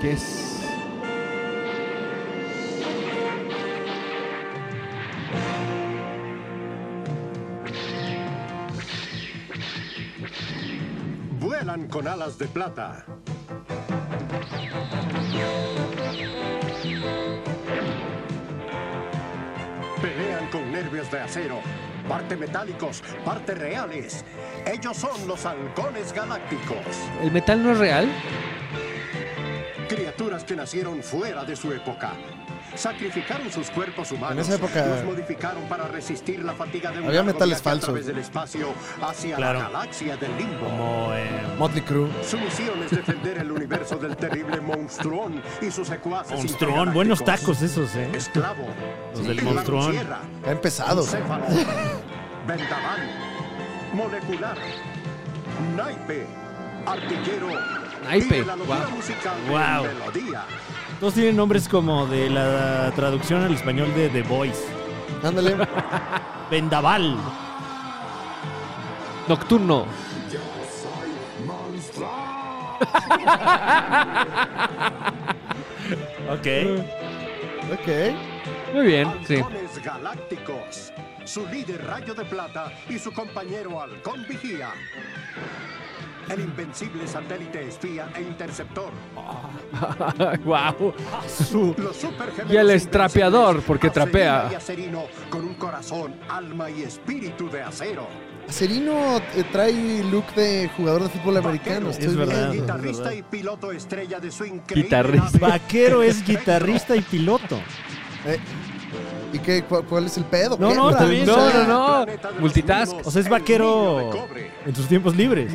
que es. Vuelan con alas de plata. Pelean con nervios de acero, parte metálicos, parte reales. Ellos son los halcones galácticos. ¿El metal no es real? Criaturas que nacieron fuera de su época. Sacrificaron sus cuerpos humanos. En esa época- los modificaron para resistir la fatiga de un Había largo metales viaje falsos. a través del espacio hacia Claro. la galaxia del limbo. Como eh, Motley Crue. Su misión es defender el universo del terrible Monstruón y sus secuaces. Monstruón, buenos intergalácticos. tacos esos, ¿eh? Esclavo. Los del Claro, Monstruón. Sierra, Ha empezado. Encéfalo. Vendaval. Molecular. Naipe. Artillero. Naipe, y la locura guau. musical de Guau. Melodía. Todos tienen nombres como de la traducción al español de The Voice. Ándale. Vendaval. Nocturno. Ok. Ok. Muy bien, sí. Halcones Galácticos. Su líder Rayo de Plata y su compañero Halcón Vigía. El invencible satélite espía e interceptor. wow. Los supergemelos Y el estrapeador, porque invencibles, trapea. Acerino y Acerino, con un corazón, alma y espíritu de acero. Serino eh, trae look de jugador de fútbol americano. Vaquero, Estoy Es verdad. viendo. Guitarrista verdad. y piloto estrella de su increíble nave, Guitarrista. Vaquero es Espectro. guitarrista y piloto. Eh, ¿Y qué? ¿Cuál, cuál es el pedo? No, ¿Qué? no, está bien, o No, sea, no, no. Planeta de los Multitask. Mimos, O sea, es el vaquero niño de cobre. en sus tiempos libres.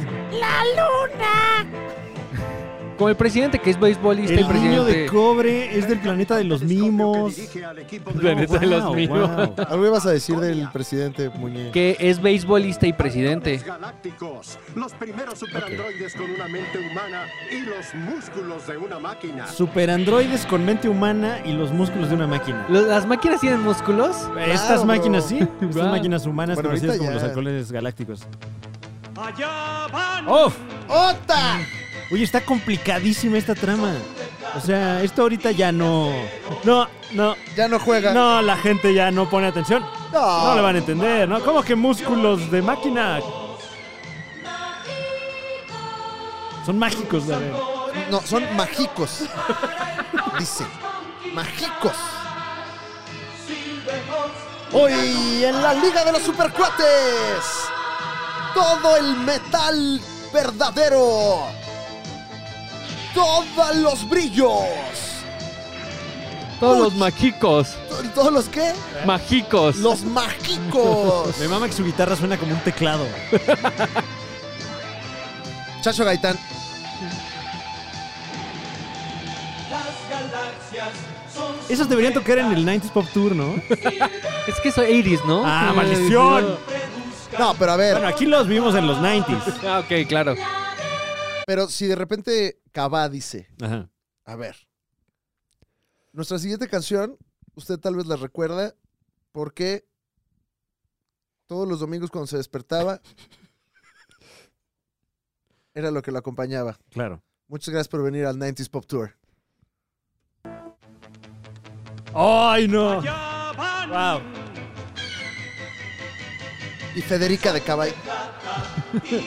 Como el presidente que es beisbolista, el, El niño presidente. de cobre es del planeta de los Telescopio que mimos. dirige al equipo de Planeta de los Wow, Mimos. wow. Algo ibas a decir del presidente Muñe. Que es beisbolista y presidente. Halcones Galácticos, los primeros superandroides con una mente humana y los músculos de una máquina. Superandroides con mente humana y los músculos de una máquina. ¿Lo- ¿Las máquinas tienen músculos? Estas bro. máquinas sí, estas Wow. máquinas humanas Bueno, conocidas ahorita como los ya. alcoholes galácticos. ¡Uf! ¡Ota! Oye, está complicadísima esta trama. O sea, esto ahorita ya no. No, no. Ya no juega. No, la gente ya no pone atención. No. No le van a entender, ¿no? ¿Cómo que músculos de máquina? Son mágicos, la verdad. No, son mágicos. Dice. Mágicos. Hoy en la Liga de los Supercuates. Todo el metal verdadero. Todos los brillos. Todos los maquicos. To- ¿Todos los qué? Magicos. Los mágicos. Me mama que su guitarra suena como un teclado. Chacho Gaitán. Esos deberían tocar en el 90s Pop Tour, ¿no? Es que soy 80 ¿no? ¡Ah, maldición! No, pero a ver. Bueno, aquí los vimos en los 90s. Ah, ok, claro. Pero si de repente Cabá dice. Ajá. A ver. Nuestra siguiente canción, usted tal vez la recuerda, porque todos los domingos cuando se despertaba, era lo que lo acompañaba. Claro. Muchas gracias por venir al 90s Pop Tour. ¡Ay, no! ¡Wow! Y Federica de Cabay,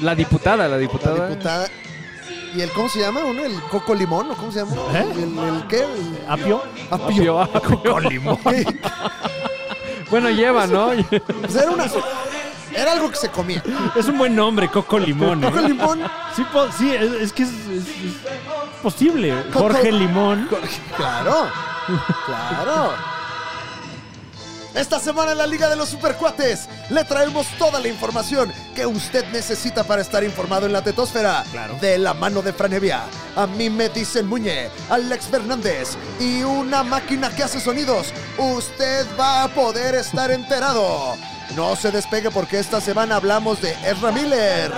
La diputada, la diputada. la diputada. ¿Y el cómo se llama uno? ¿El Coco Limón o cómo se llama? ¿Eh? ¿El, el qué? El ¿Apio? apio. Con limón. ¿Qué? Bueno, lleva, ¿no? Pues era una. Era algo que se comía. Es un buen nombre, Coco Limón. ¿eh? Coco Limón. Sí, po- sí es, es que es, es- es posible. Jorge Limón. Claro, claro. Esta semana en la Liga de los Supercuates le traemos toda la información que usted necesita para estar informado en la tetosfera. Claro. De la mano de Franevia. A mí me dicen Muñe, Alex Fernández y una máquina que hace sonidos. Usted va a poder estar enterado. No se despegue porque esta semana hablamos de Ezra Miller.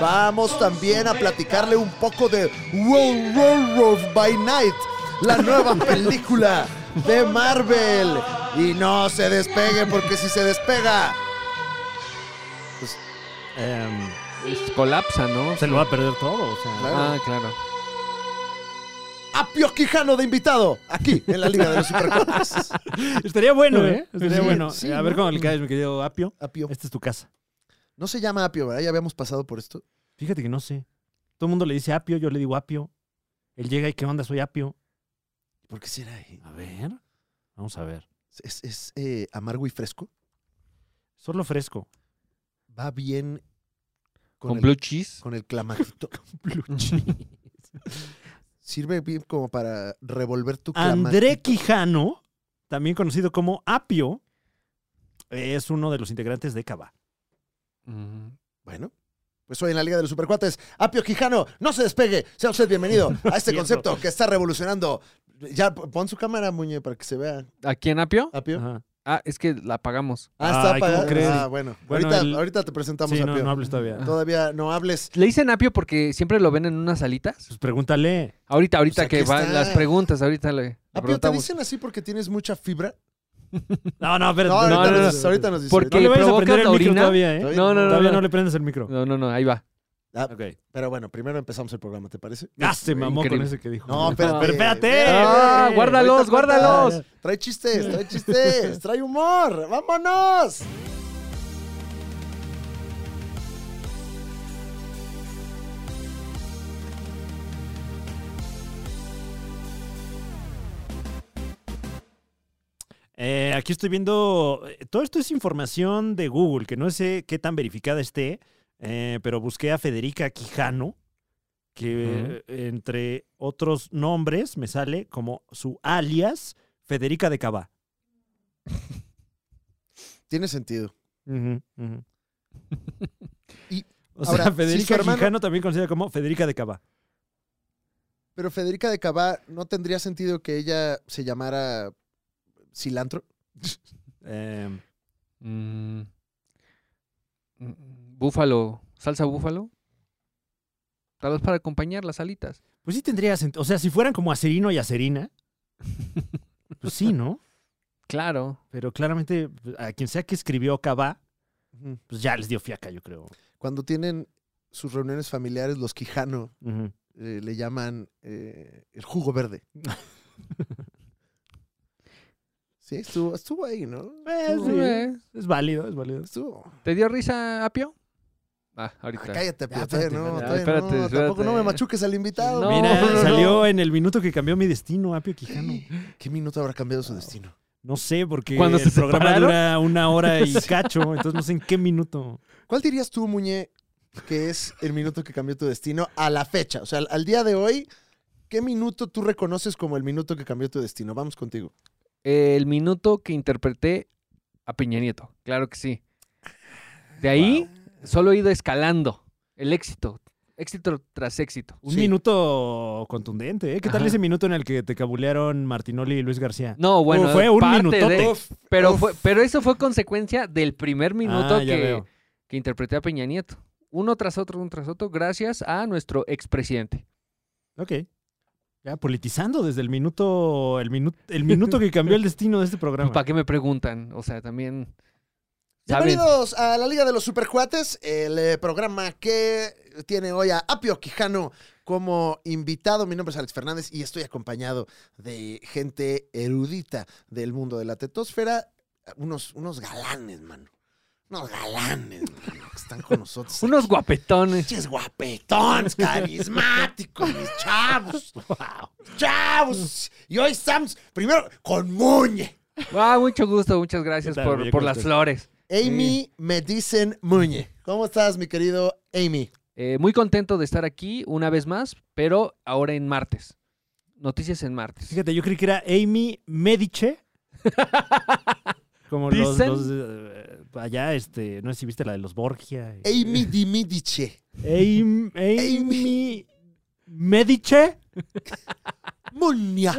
Vamos también a platicarle un poco de World War by Night la nueva película de Marvel. Y no se despegue, porque si se despega, Em, Es- colapsa, ¿no? se lo va a perder todo. O sea. Claro. Ah, claro. a Pio Quijano de invitado aquí en la Liga de los Supercuates. Estaría bueno, ¿eh? Estaría Sí, bueno. sí, a ver ¿no? cómo le caes, mi querido Apio. Apio. Esta es tu casa. No se llama Apio, ¿verdad? Ya habíamos pasado por esto. Fíjate que no sé. Todo el mundo le dice Apio, yo le digo Apio. Él llega y ¿qué onda? Soy Apio. ¿Por qué será? eh? A ver. Vamos a ver. Es, es, eh, amargo y fresco. Solo fresco. Va bien con, Con el, blue cheese. con el clamajito. Sirve bien como para revolver tu clamajito. André Quijano, también conocido como Apio, es uno de los integrantes de Cava. Mm. Bueno, pues hoy en la Liga de los Supercuates, Apio Quijano, no se despegue. Sea usted bienvenido a este Cierto. concepto que está revolucionando. Ya p- pon su cámara, Muñe, para que se vea. ¿A quién, Apio? Apio. Ajá. Ah, es que la apagamos. Ah, está Ay, ¿cómo apagado. crees? Ah, bueno. Bueno, ahorita, el- ahorita te presentamos Sí, a no, Apio. no hables todavía. Todavía no hables. Le dicen Apio porque siempre lo ven en unas alitas. Pues pregúntale. Ahorita, ahorita Pues aquí que van está. las preguntas, ahorita le, le Apio, Ah, ¿te preguntamos. dicen así porque tienes mucha fibra? No, no, pero No, no, ahorita, no, no, nos, no. dices, ahorita nos dices. Porque- No le vayas a ¿Provoca prender la el micro orina? todavía, ¿eh? Todavía No, no, no. todavía no no. le prendes el micro. No, no, no, ahí va. Ah, Ok. Pero bueno, primero empezamos el programa, ¿te parece? Ah, se mamó Increíble. con ese que dijo. No, espérate. Pero espérate. Ah, guarda- Guárdalos, Eh, Ahorita cuenta. guárdalos. Trae chistes, trae chistes, trae humor. ¡Vámonos! Eh, aquí estoy viendo. eh, Todo esto es información de Google, que no sé qué tan verificada esté, eh, pero busqué a Federica Quijano, que eh, entre otros nombres me sale como su alias Federica de Cabá. Tiene sentido. Ujú, ujú. Y o sea, ahora, si su Federica hermano- Quijano también conocida como Federica de Cabá. Pero Federica de Cabá, ¿no tendría sentido que ella se llamara cilantro? Eh, Mm. Mm, Búfalo, salsa búfalo. Tal vez para acompañar las alitas. pues sí tendría sentido. O sea, si fueran como Acerino y Acerina, pues sí, ¿no? Claro. Pero claramente, pues, a quien sea que escribió Cabá, pues ya les dio fiaca, yo creo. Cuando tienen sus reuniones familiares, los Quijano Ujú. eh, le llaman eh, el jugo verde. sí, estuvo, estuvo ahí, ¿no? Eh, Estuvo- sí, Eh, Es válido, es válido. Estuvo. ¿Te dio risa, Apio? Ah, Ah, ahorita. cállate, pero Ya, todavía espérate, no, espérate. todavía Espérate, no. Tampoco espérate. no me machuques al invitado. No, Mira, no, no. salió en el minuto que cambió mi destino, Apio Quijano. ¿Qué minuto habrá cambiado su destino? No sé, porque Cuando el se programa separaron. dura una hora y cacho, entonces no sé en qué minuto. ¿Cuál dirías tú, Muñe, que es el minuto que cambió tu destino a la fecha? O sea, al, al día de hoy, ¿qué minuto tú reconoces como el minuto que cambió tu destino? Vamos contigo. El minuto que interpreté a Peña Nieto. Claro que sí. De ahí solo he ido escalando. El éxito. Éxito tras éxito. Un Sí. minuto contundente, ¿eh? ¿Qué tal Ajá. ese minuto en el que te cabulearon Martinoli y Luis García? No, bueno, Uh, fue un parte minutote. de- Uf, pero, uf. fue, pero eso fue consecuencia del primer minuto Ah, ya que, veo. que interpreté a Peña Nieto. Uno tras otro, uno tras otro, gracias a nuestro expresidente. Ok. Ya politizando desde el minuto, el minuto, el minuto que cambió el destino de este programa. ¿Para qué me preguntan? O sea, también. ¿saben? Bienvenidos a la Liga de los Supercuates, el eh, programa que tiene hoy a Apio Quijano como invitado. Mi nombre es Alex Fernández y estoy acompañado de gente erudita del mundo de la tetosfera. Unos, unos galanes, mano. Unos galanes, mano, que están con nosotros. Unos guapetones. Pinches guapetones, carismáticos, mis chavos. Chavos. Y hoy estamos primero con Muñe. Ah, mucho gusto, muchas gracias tal, por, Muñeco? por las Usted. flores. Amy, me dicen Muñe. ¿Cómo estás, mi querido Amy? Eh, muy contento de estar aquí una vez más, pero ahora en martes. Noticias en martes. Fíjate, yo creí que era Amy Mediche. Como los, Dicen- los, eh, allá, este, no sé si viste la de los Borgia. y- Amy Dimidiche. Aim- Amy Mediche. Muña.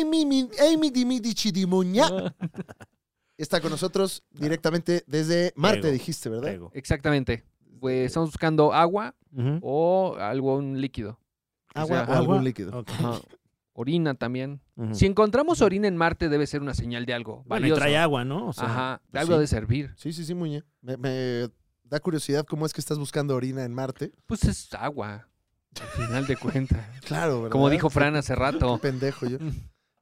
Amy, mi- Amy Dimidiche di Muña. Está con nosotros directamente desde Marte, Ego. dijiste, ¿verdad? Ego. Exactamente. Este Pues estamos buscando agua Ujú. o algo, un líquido. que Agua sea- o algún líquido. Ok. Ajá. Orina también. Ujú. Si encontramos orina en Marte, debe ser una señal de algo. Mm. Bueno, y trae valioso. agua, ¿no? O sea, Ajá, de pues algo sí. de servir. Sí, sí, sí, Muñe. Me, me da curiosidad cómo es que estás buscando orina en Marte. Pues es agua. Al final de cuentas. Claro, ¿verdad? Como dijo Sí, Fran hace rato. qué pendejo yo.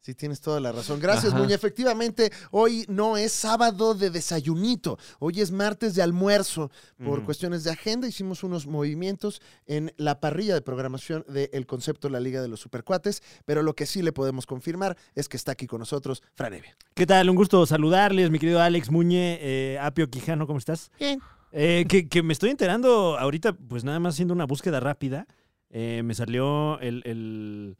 Sí, tienes toda la razón. Gracias, Ajá. Muñe. Efectivamente, hoy no es sábado de desayunito. Hoy es martes de almuerzo. Por Ujú. cuestiones de agenda hicimos unos movimientos en la parrilla de programación del concepto La Liga de los Supercuates. Pero lo que sí le podemos confirmar es que está aquí con nosotros Fran Evia. ¿Qué tal? Un gusto saludarles, mi querido Alex Muñe, eh, Apio Quijano, ¿cómo estás? Bien. Eh, que, que me estoy enterando ahorita, pues nada más haciendo una búsqueda rápida, eh, me salió el, el-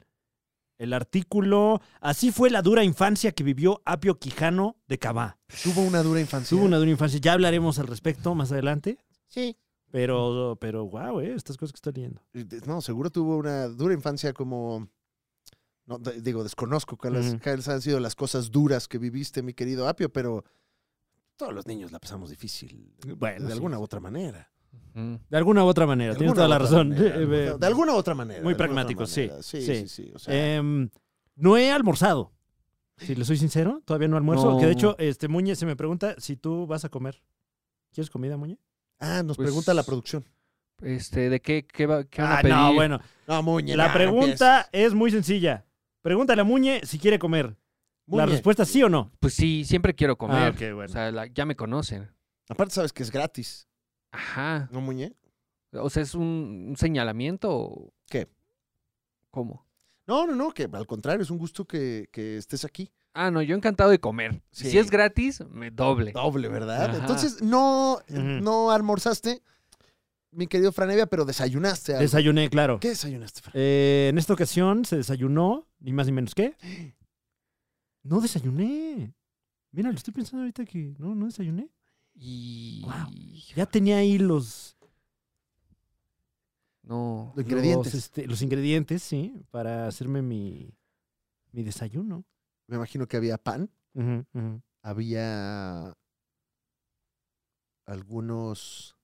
el artículo Así fue la dura infancia que vivió Apio Quijano de Cabá. Tuvo una dura infancia. Tuvo una dura infancia, ya hablaremos al respecto más adelante, Sí. pero, pero wow, eh, estas cosas que estoy leyendo. No, seguro tuvo una dura infancia como... No, de- digo, desconozco cuáles Ujú. cuáles han sido las cosas duras que viviste, mi querido Apio, pero todos los niños la pasamos difícil. Bueno, de sí. alguna u otra manera. Mm. De alguna u otra manera, De tienes alguna toda la u otra razón. manera, Eh, eh, de- de alguna u otra manera. muy de alguna u otra pragmático, sí, manera. Sí, sí. sí, Eh, sí, o sea, Em, no he almorzado. Si le soy sincero, todavía no almuerzo. No. Que de hecho, este Muñe se me pregunta si tú vas a comer. ¿Quieres comida, Muñe? ah, nos pues- pregunta la producción. Este, ¿de qué, qué, va, qué van a Ah, pedir? no, bueno. No, Muñe. La no, pregunta es muy sencilla. Pregúntale a Muñe si quiere comer. no empieces. La Muñe, respuesta es sí o no. Pues sí, siempre quiero Ah, comer. ok, O bueno. sea, la- ya me conocen. Aparte sabes que es gratis, Ajá. ¿no, Muñe? O sea, ¿es un, un señalamiento o...? ¿Qué? ¿Cómo? No, no, no, que al contrario, es un gusto que, que estés aquí. Ah, no, yo encantado de comer. Sí. Si es gratis, me doble. Doble, ¿verdad? Ajá. Entonces, no, no almorzaste, mi querido Franevia, pero desayunaste. algo. Desayuné, claro. ¿Qué desayunaste, Fran? Eh, en esta ocasión se desayunó, ni más ni menos que. No desayuné. Mira, lo estoy pensando ahorita que no, no desayuné. Y... Guau. Ya tenía ahí los, No. Los ingredientes. Los, este, los ingredientes, sí, para hacerme mi, mi desayuno. Me imagino que había pan, había algunos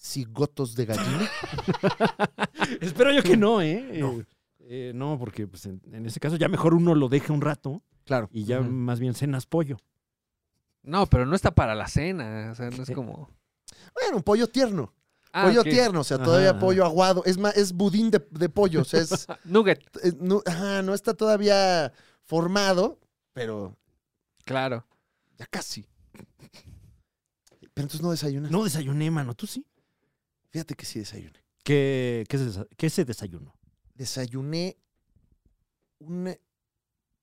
cigotos de gallina. Espero yo que no, ¿eh? Eh, eh, No. No, porque pues, en, en ese caso ya mejor uno lo deja un rato claro. y ya Ujú. más bien cenas pollo. No, pero no está para la cena. O sea, no es como... Bueno, un pollo tierno. Ah, pollo ok. tierno, o sea, Ajá, todavía ajá. pollo aguado. Es más, es budín de, de pollo. O sea, es, Nugget, es- no, ajá, no está todavía formado, pero claro. ya casi. Pero entonces no desayunas. No desayuné, mano, tú sí. Fíjate que sí desayuné. ¿Qué, qué, se, desa- qué se desayunó? Desayuné un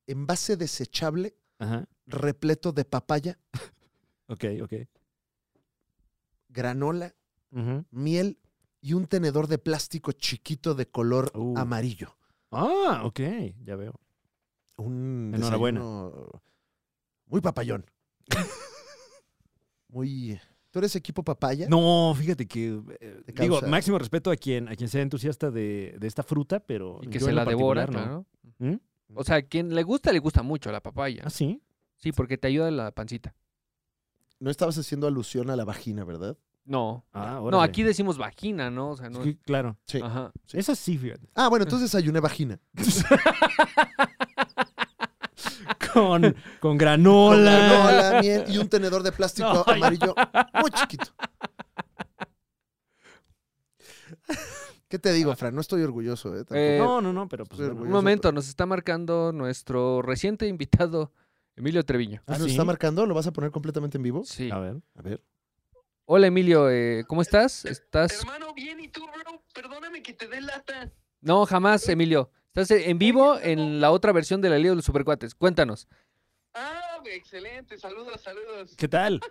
envase desechable Ajá. repleto de papaya, Ok, ok. granola, Ujú. miel y un tenedor de plástico chiquito de color Uh. amarillo. Ah, ok, ya veo. Un Enhorabuena. desayuno Muy papayón. muy. ¿Tú eres equipo papaya? No, fíjate que. eh, Te digo, causa- máximo respeto a quien, a quien sea entusiasta de, de esta fruta, pero. Y que yo se en lo la devora, particular, claro. ¿Mm? O sea, quien le gusta, le gusta mucho la papaya. Ah, sí. Sí, porque te ayuda la pancita. No estabas haciendo alusión a la vagina, ¿verdad? No. Ah, No, órale. aquí decimos vagina, ¿no? O sea, no. Sí, claro. Sí. Ajá. Sí. Esa sí, fíjate. Ah, bueno, entonces desayuné vagina. Con, con Con granola. granola, miel y un tenedor de plástico No, ya. amarillo muy chiquito. ¿Qué te digo, Fran? No estoy orgulloso, ¿eh? Tampoco. Eh, No, no, no, pero pues. Estoy bueno. Un orgulloso. momento, nos está marcando nuestro reciente invitado, Emilio Treviño. Ah, ¿Ah, ¿nos sí? está marcando? ¿Lo vas a poner completamente en vivo? Sí. A ver. A ver. Hola, Emilio, eh, ¿cómo estás? ¿Estás? Hermano, bien, ¿y tú, bro? Perdóname que te dé lata. No, jamás, Emilio. Estás e, en vivo en la otra versión de la Liga de los Supercuates. Cuéntanos. Ah, excelente, saludos, saludos. ¿Qué tal?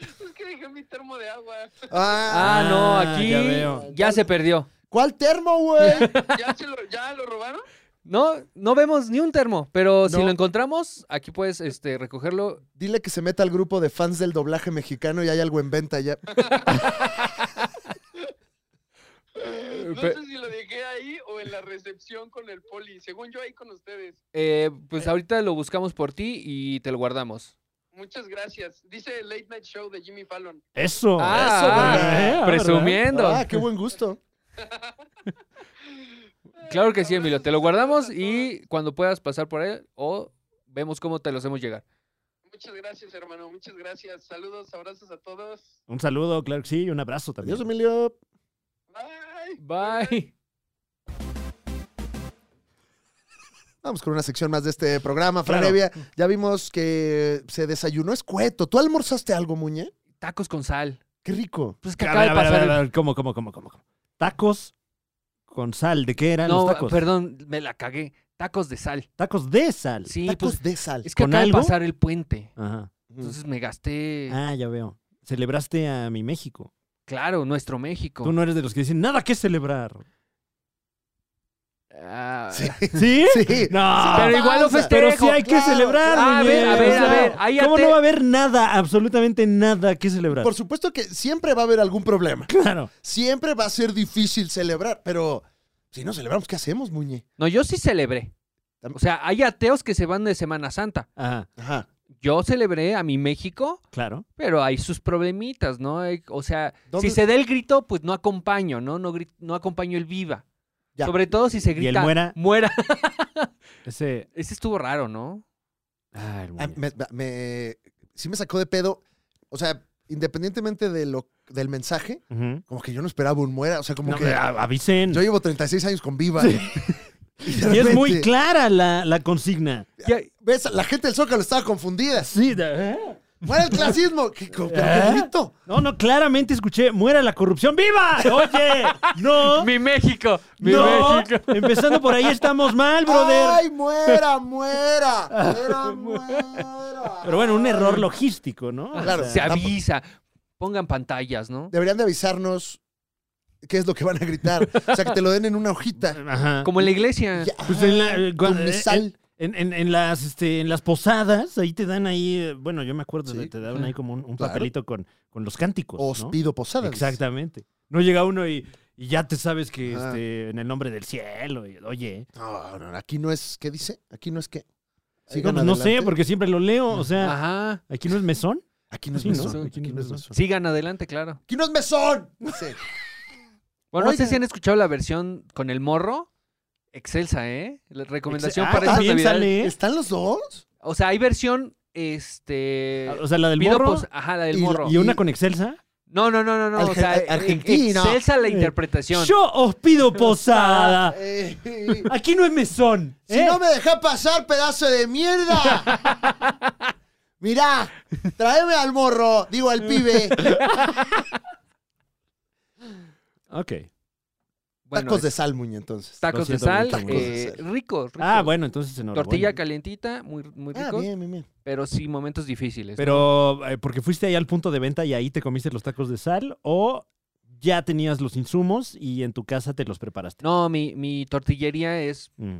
Es que dejé mi termo de agua. Ah, Ah, no, Ah, aquí ya veo. ya se perdió. ¿Cuál termo, güey? ¿Ya, se lo, ¿Ya lo robaron? No, no vemos ni un termo, pero si No. lo encontramos, aquí puedes este, recogerlo. Dile que se meta al grupo de fans del doblaje mexicano y hay algo en venta ya. No Eh, pe- sé si lo dejé ahí o en la recepción con el poli. Según yo, ahí con ustedes. Eh, pues ahorita lo buscamos por ti y te lo guardamos. Muchas gracias. Dice el Late Night Show de Jimmy Fallon. Eso. Ah, eso, ¿verdad? presumiendo. Ah, qué buen gusto. Eh, Claro que sí, Abrazos Emilio. Te lo guardamos a y cuando puedas pasar por él o vemos cómo te lo hacemos llegar. todos. Muchas gracias, hermano. Muchas gracias. Saludos, abrazos a todos. Un saludo, claro que sí, y un abrazo también. Adiós, Emilio. Bye. Bye. Vamos con una sección más de este programa, Fran Claro. Evia. Ya vimos que se desayunó escueto. ¿Tú almorzaste algo, Muñe? Tacos con sal. Qué rico. Pues es que A acaba ver, de a ver, a pasar. ver, el- a ver, ¿Cómo, cómo, cómo, cómo? cómo? Tacos con sal. ¿De qué eran los No, tacos? perdón, me la cagué. Tacos de sal. Tacos de sal. Sí, Tacos pues de sal. es que ¿con acaba algo? de pasar el puente. Ajá. Entonces me gasté, Ah, ya veo. Celebraste a mi México. claro, nuestro México. Tú no eres de los que dicen nada que celebrar. Ah, Sí. ¿Sí? Sí. No. Pero igual lo Pasa. Pero festejo. sí hay que claro, celebrar, claro. A Muñe, ver, a o ver, a sea, ver, ahí ¿Cómo ate- no va a haber nada, absolutamente nada que celebrar? Por supuesto que siempre va a haber algún problema. Claro. Siempre va a ser difícil celebrar, pero si no celebramos, ¿qué hacemos, Muñe? No, yo sí celebré. Tam- O sea, hay ateos que se van de Semana Santa. Ajá, Ajá. Yo celebré a mi México, claro. pero hay sus problemitas, ¿no? Hay- O sea, ¿Dónde- si se da el grito, pues no acompaño, ¿no? No, gri- no acompaño el viva. Ya. Sobre todo si se el grita. muera? Muera. Ese. Ese estuvo raro, ¿no? Ah, el Ah, Muñe. me, me- sí me sacó de pedo. O sea, independientemente de lo, del mensaje, Ujú. como que yo no esperaba un muera. O sea, como No, que pero a- avisen. yo llevo 36 años con Viva. Y, de Y es muy repente, clara la, la consigna. ¿Ves? La gente del Zócalo estaba confundida. Sí. de- ¿eh? ¡Muera el clasismo! ¿Qué, co- pero qué ¿Eh? grito? No, no, claramente escuché, muera la corrupción, ¡viva! Oye, no, ¡Mi México! ¡Mi no, México! empezando por ahí estamos mal, brother. ¡Ay, muera, muera! ¡Muera, muera! Pero bueno, un error logístico, ¿no? O Claro. Se sea, tampoco- avisa. Pongan pantallas, ¿no? Deberían de avisarnos qué es lo que van a gritar. O sea, que te lo den en una hojita. ajá. Como en la iglesia. Ya, Pues en la- eh, con cuando- mi eh, sal. En, en- en las, este, en las posadas, ahí te dan ahí, eh, bueno, yo me acuerdo, Sí. de- te daban ahí como un, un Claro. papelito con, con los cánticos. Os pues, ¿no? pido posadas. Exactamente. No llega uno y, y ya te sabes que Ajá. este, en el nombre del cielo, y, oye. No, no, no, aquí no es. ¿Qué dice? Aquí no es qué. no, Sigan pues no sé, adelante. porque siempre lo leo, o sea, Ajá. aquí no es mesón. Aquí no es Sí, ¿no? mesón. Aquí no es mesón. Sigan adelante, claro. ¡Aquí no es mesón! Sí. Bueno, no Oiga. sé si han escuchado la versión con el morro. Excelsa, ¿eh? La recomendación Ah, para estas también navidades. sale, ¿eh? ¿Están los dos? O sea, hay versión, este... O sea, la del pido morro pos- Ajá, la del y- morro. y una y- con excelsa. No, no, no, no, no. Arge- o sea, ar- e- Argentina. excelsa la Eh, interpretación. Yo os pido posada. Eh, Aquí no es mesón. si ¿eh? no me dejas pasar, pedazo de mierda. Mirá, tráeme al morro, digo al pibe. Ok. Bueno, Tacos de es- sal, Muñe, entonces. lo tacos de siento sal. mucho, eh, tacos de sal. ricos, Ah, ricos. bueno, entonces enhorabuena. Tortilla calientita, muy, muy Ah, ricos, bien, bien, bien. pero sí momentos difíciles. Pero, eh, porque fuiste ahí al punto de venta y ahí te comiste los tacos de sal o ya tenías los insumos y en tu casa te los preparaste. No, mi, mi tortillería es Mm,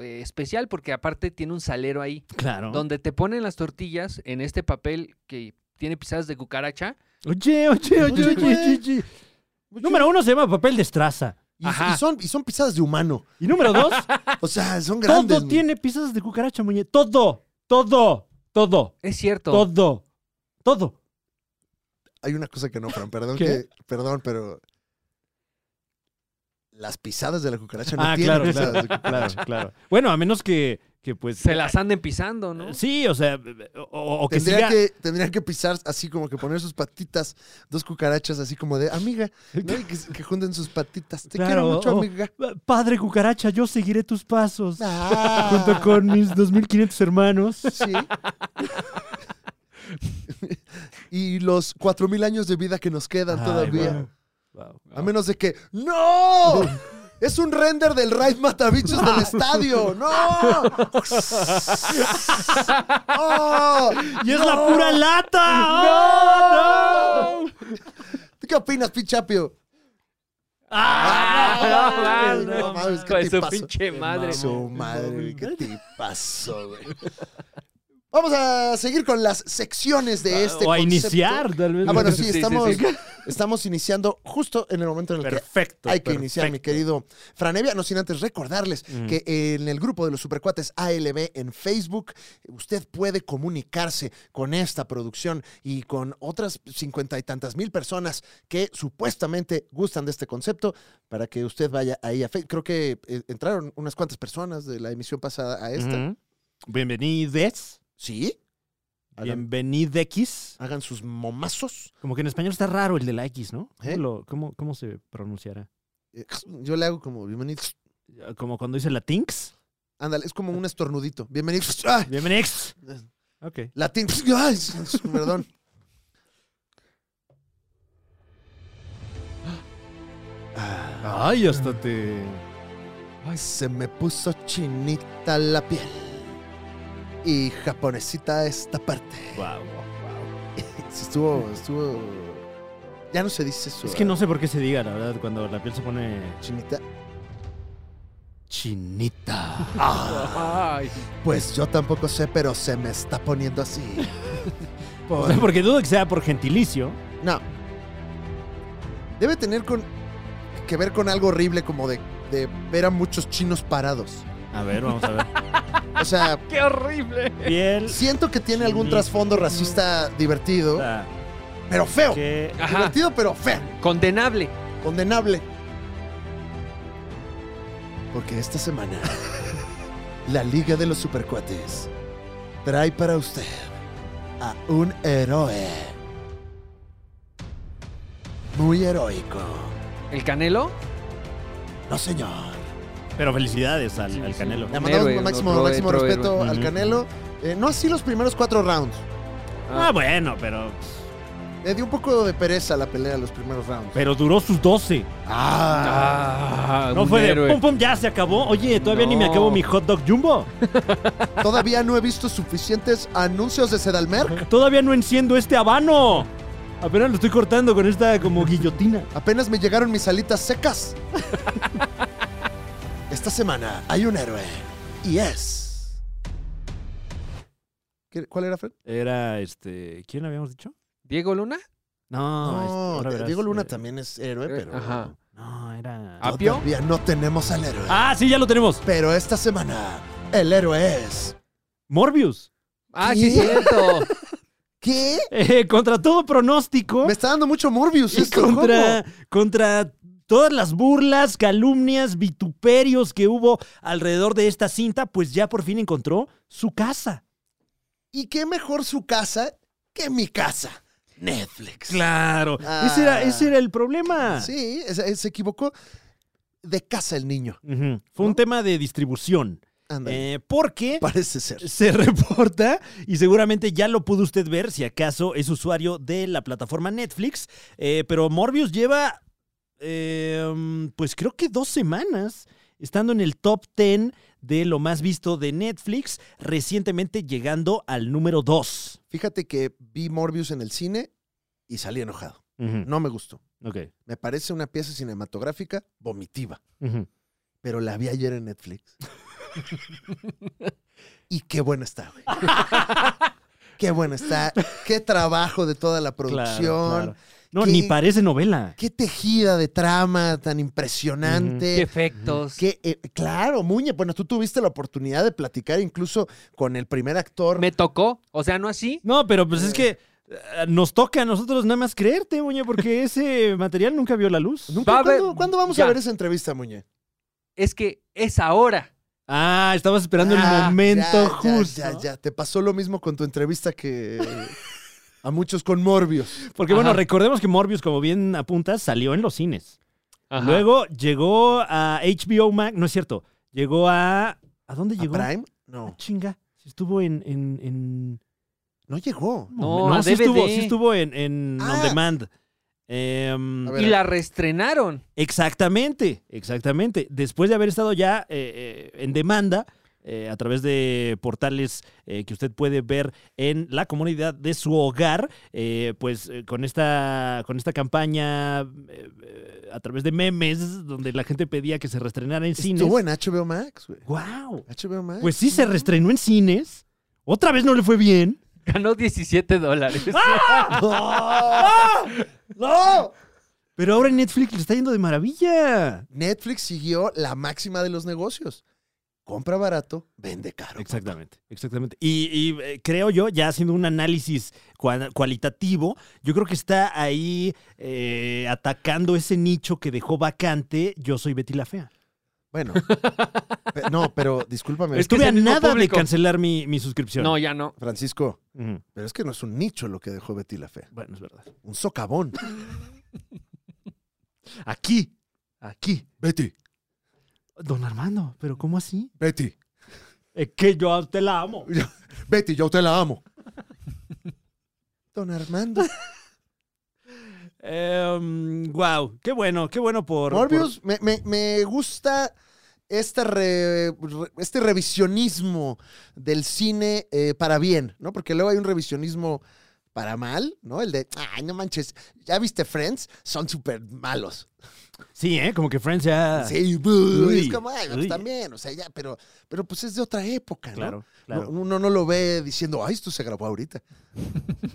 eh, especial porque aparte tiene un salero ahí claro. donde te ponen las tortillas en este papel que tiene pisadas de cucaracha. Oye, oye, oye, Oye, oye, oye, oye. Número uno se llama papel de estraza. Y, Ajá. y son, y son pisadas de humano. Y número dos, O sea, son grandes. todo Muñe. tiene piezas de cucaracha, muñe. Todo, todo, todo, Es cierto. todo, todo. Hay una cosa que no, Fran, perdón, ¿Qué? que, perdón, pero. Las pisadas de la cucaracha no Ah, tienen claro, pisadas claro, de cucaracha. claro, claro. Bueno, a menos que, que pues... Se las anden pisando, ¿no? Sí, o sea, o, o que Tendría siga... que, tendrían que pisar así como que poner sus patitas, dos cucarachas así como de amiga, ¿no? Y que, que junten sus patitas. Te Claro, oh. quiero mucho, o- amiga. Padre cucaracha, yo seguiré tus pasos. Ah, Junto con mis 2.500 hermanos. Sí. y los cuatro mil años de vida que nos quedan Ay, todavía. guau. Guau, A guau. menos de que. ¡No! ¡Es un render del Raid Matabichos del estadio! ¡No! ¡Oh! ¡Y es la pura lata! ¡No! ¿Tú qué opinas, pinchapio? Ah, no, no, no, mames, ¿qué Con te su pasó? pinche madre. Su madre, güey, ¿qué te pasó, güey? Vamos a seguir con las secciones de este o a concepto. iniciar, tal vez. Ah, bueno, Sí, sí, sí, sí, estamos, sí. estamos iniciando justo en el momento en el que Perfecto. Hay que iniciar, mi perfecto. querido Franevia, no sin antes recordarles Mm. que en el grupo de los supercuates ALB en Facebook, usted puede comunicarse con esta producción y con otras cincuenta y tantas mil personas que supuestamente gustan de este concepto para que usted vaya ahí a Facebook. Creo que eh, entraron unas cuantas personas de la emisión pasada a esta. Ujú. Bienvenides. Sí, hagan, Bienvenidex. hagan sus momazos. Como que en español está raro el de la X, ¿no? ¿Cómo, ¿Eh? lo- cómo- cómo se pronunciará? Ah, Eh, Yo le hago como bienvenidos. Como cuando dice la Tinks. Ándale, es como un estornudito. Bienvenido. ¡Ah! Bienvenidos. Ok. Latín. ¡Ay! Perdón. Ay, hasta te. Se me puso chinita la piel. Y japonesita esta parte. Wow. Sí, Estuvo, estuvo. Ya no se dice eso. Es que no ¿verdad? sé por qué se diga, la verdad, cuando la piel se pone. Chinita. Chinita. Ay, Pues yo tampoco sé, pero se me está poniendo así. Por- O sea, porque dudo que sea por gentilicio. No. Debe tener con... que ver con algo horrible como de, de ver a muchos chinos parados. A ver, vamos a ver. O sea, ¡Qué horrible! Piel. siento que tiene algún Chinita. trasfondo racista divertido, ah, pero feo. que- Ajá, Divertido, pero feo. condenable. condenable. Porque esta semana, la Liga de los Supercuates trae para usted a un héroe. Muy heroico. ¿El Canelo? No, señor. Pero felicidades al, Sí, al sí. Canelo. Le Un mandamos héroe, máximo, otro- máximo otro respeto héroe. al Ujú. Canelo. Eh, no así los primeros cuatro rounds. Ah, bueno, pero. Le dio un poco de pereza la pelea los primeros rounds. Pero duró sus 12. Ah, Ah, No un fue de héroe. pum pum, ya se acabó. Oye, todavía ni me No. acabo mi hot dog jumbo. Ah. todavía no he visto suficientes anuncios de Sedalmer. Todavía no enciendo este habano. Apenas lo estoy cortando con esta como guillotina. Apenas me llegaron mis alitas secas. Esta semana hay un héroe y es. ¿Qué- ¿Cuál era, Fred? Era este. ¿Quién habíamos dicho? ¿Diego Luna? No, este, ahora verás, Diego Luna eh, también es héroe, eh, Eh, pero. ajá. No, era. Ah. ¿Apio? Todavía no tenemos al héroe. Ah, sí, ya lo tenemos. Pero esta semana el héroe es. Morbius. Ah, sí, es ¿Qué? cierto. ¿Qué? Eh, contra todo pronóstico. Me está dando mucho Morbius este Y esto. contra, contra todas las burlas, calumnias, vituperios que hubo alrededor de esta cinta, pues ya por fin encontró su casa. ¿Y qué mejor su casa que mi casa? Netflix. Claro. Ah. Ese, era, ese era el problema. Sí, se, se equivocó de casa el niño. Ujú. Fue un ¿No? tema de distribución. Ándale. Eh, porque Parece ser. se reporta, y seguramente ya lo pudo usted ver si acaso es usuario de la plataforma Netflix, eh, pero Morbius lleva, eh, pues creo que dos semanas estando en el top 10 de lo más visto de Netflix, recientemente llegando al número 2. Fíjate que vi Morbius en el cine y salí enojado. No me gustó. Ok. Me parece una pieza cinematográfica vomitiva, pero la vi ayer en Netflix. y qué buena está, güey. Qué buena está. Qué trabajo de toda la producción. No, ¿Qué- ni parece novela. Qué tejida de trama tan Qué impresionante. efectos. Qué, eh, claro, Muñe, bueno, tú tuviste la oportunidad de platicar incluso con el primer actor. Me tocó. O sea, no así. No, pero pues es que eh, nos toca a nosotros nada más creerte, Muñe, porque ese material nunca vio la luz. Nunca- Va a haber- ¿cuándo, cuándo vamos ya. a ver esa entrevista, Muñe? Es que es ahora. Ah, estabas esperando el Ah, momento ya, ya, justo. Ya, ya, te pasó lo mismo con tu entrevista que a muchos con Morbius. Porque bueno, Ajá. recordemos que Morbius, como bien apuntas, salió en los cines. Ajá. Luego llegó a HBO Max, no es cierto, llegó a... ¿A dónde ¿A llegó? Prime? Ah, No, chinga, si estuvo en... en, en- no llegó. No, a sí estuvo, DVD. sí estuvo en, en Ah. On Demand. Em, A ver. y la reestrenaron. Exactamente, exactamente. Después de haber estado ya eh, eh, en demanda eh, a través de portales eh, que usted puede ver en la comunidad de su hogar, eh, pues eh, con esta con esta campaña eh, eh, a través de memes donde la gente pedía que se reestrenara en cines. Estuvo Ah, en HBO Max, güey. Wow. HBO Max. Pues sí se reestrenó en cines. Otra vez no le fue bien. Ganó 17 dólares. ¡No! Pero ahora en Netflix le está yendo de maravilla. Netflix siguió la máxima de los negocios. Compra barato, vende caro. Exactamente, exactamente. Y, y, eh, creo yo, ya haciendo un análisis cua- cualitativo, yo creo que está ahí eh, atacando ese nicho que dejó vacante Yo Soy Betty la Fea. Bueno, pe- no, pero discúlpame, Es que Estuve es a el mismo nada público. de cancelar mi, mi suscripción. No, ya no. Francisco, Ujú. pero es que no es un nicho lo que dejó Betty la Fea. Bueno, es verdad. Un socavón. Aquí, aquí. Betty, Don Armando, ¿pero cómo así? Betty. Es Eh, que yo te la amo. Betty, yo te la amo. Don Armando. wow, Em, qué bueno, qué bueno por. Morbius, me, me- me gusta este, re- re- este revisionismo del cine eh, para bien, ¿no? Porque luego hay un revisionismo para mal, ¿no? El de, ay, no manches, ¿ya viste Friends? Son súper malos. por- Sí, ¿eh? Como que Friends ya. Sí, buh, y es Uy, como, ay, pues uy. también, o sea, ya, pero, pero pues es de otra época, ¿no? Claro, claro. No- Uno no lo ve diciendo, ay, esto se grabó ahorita.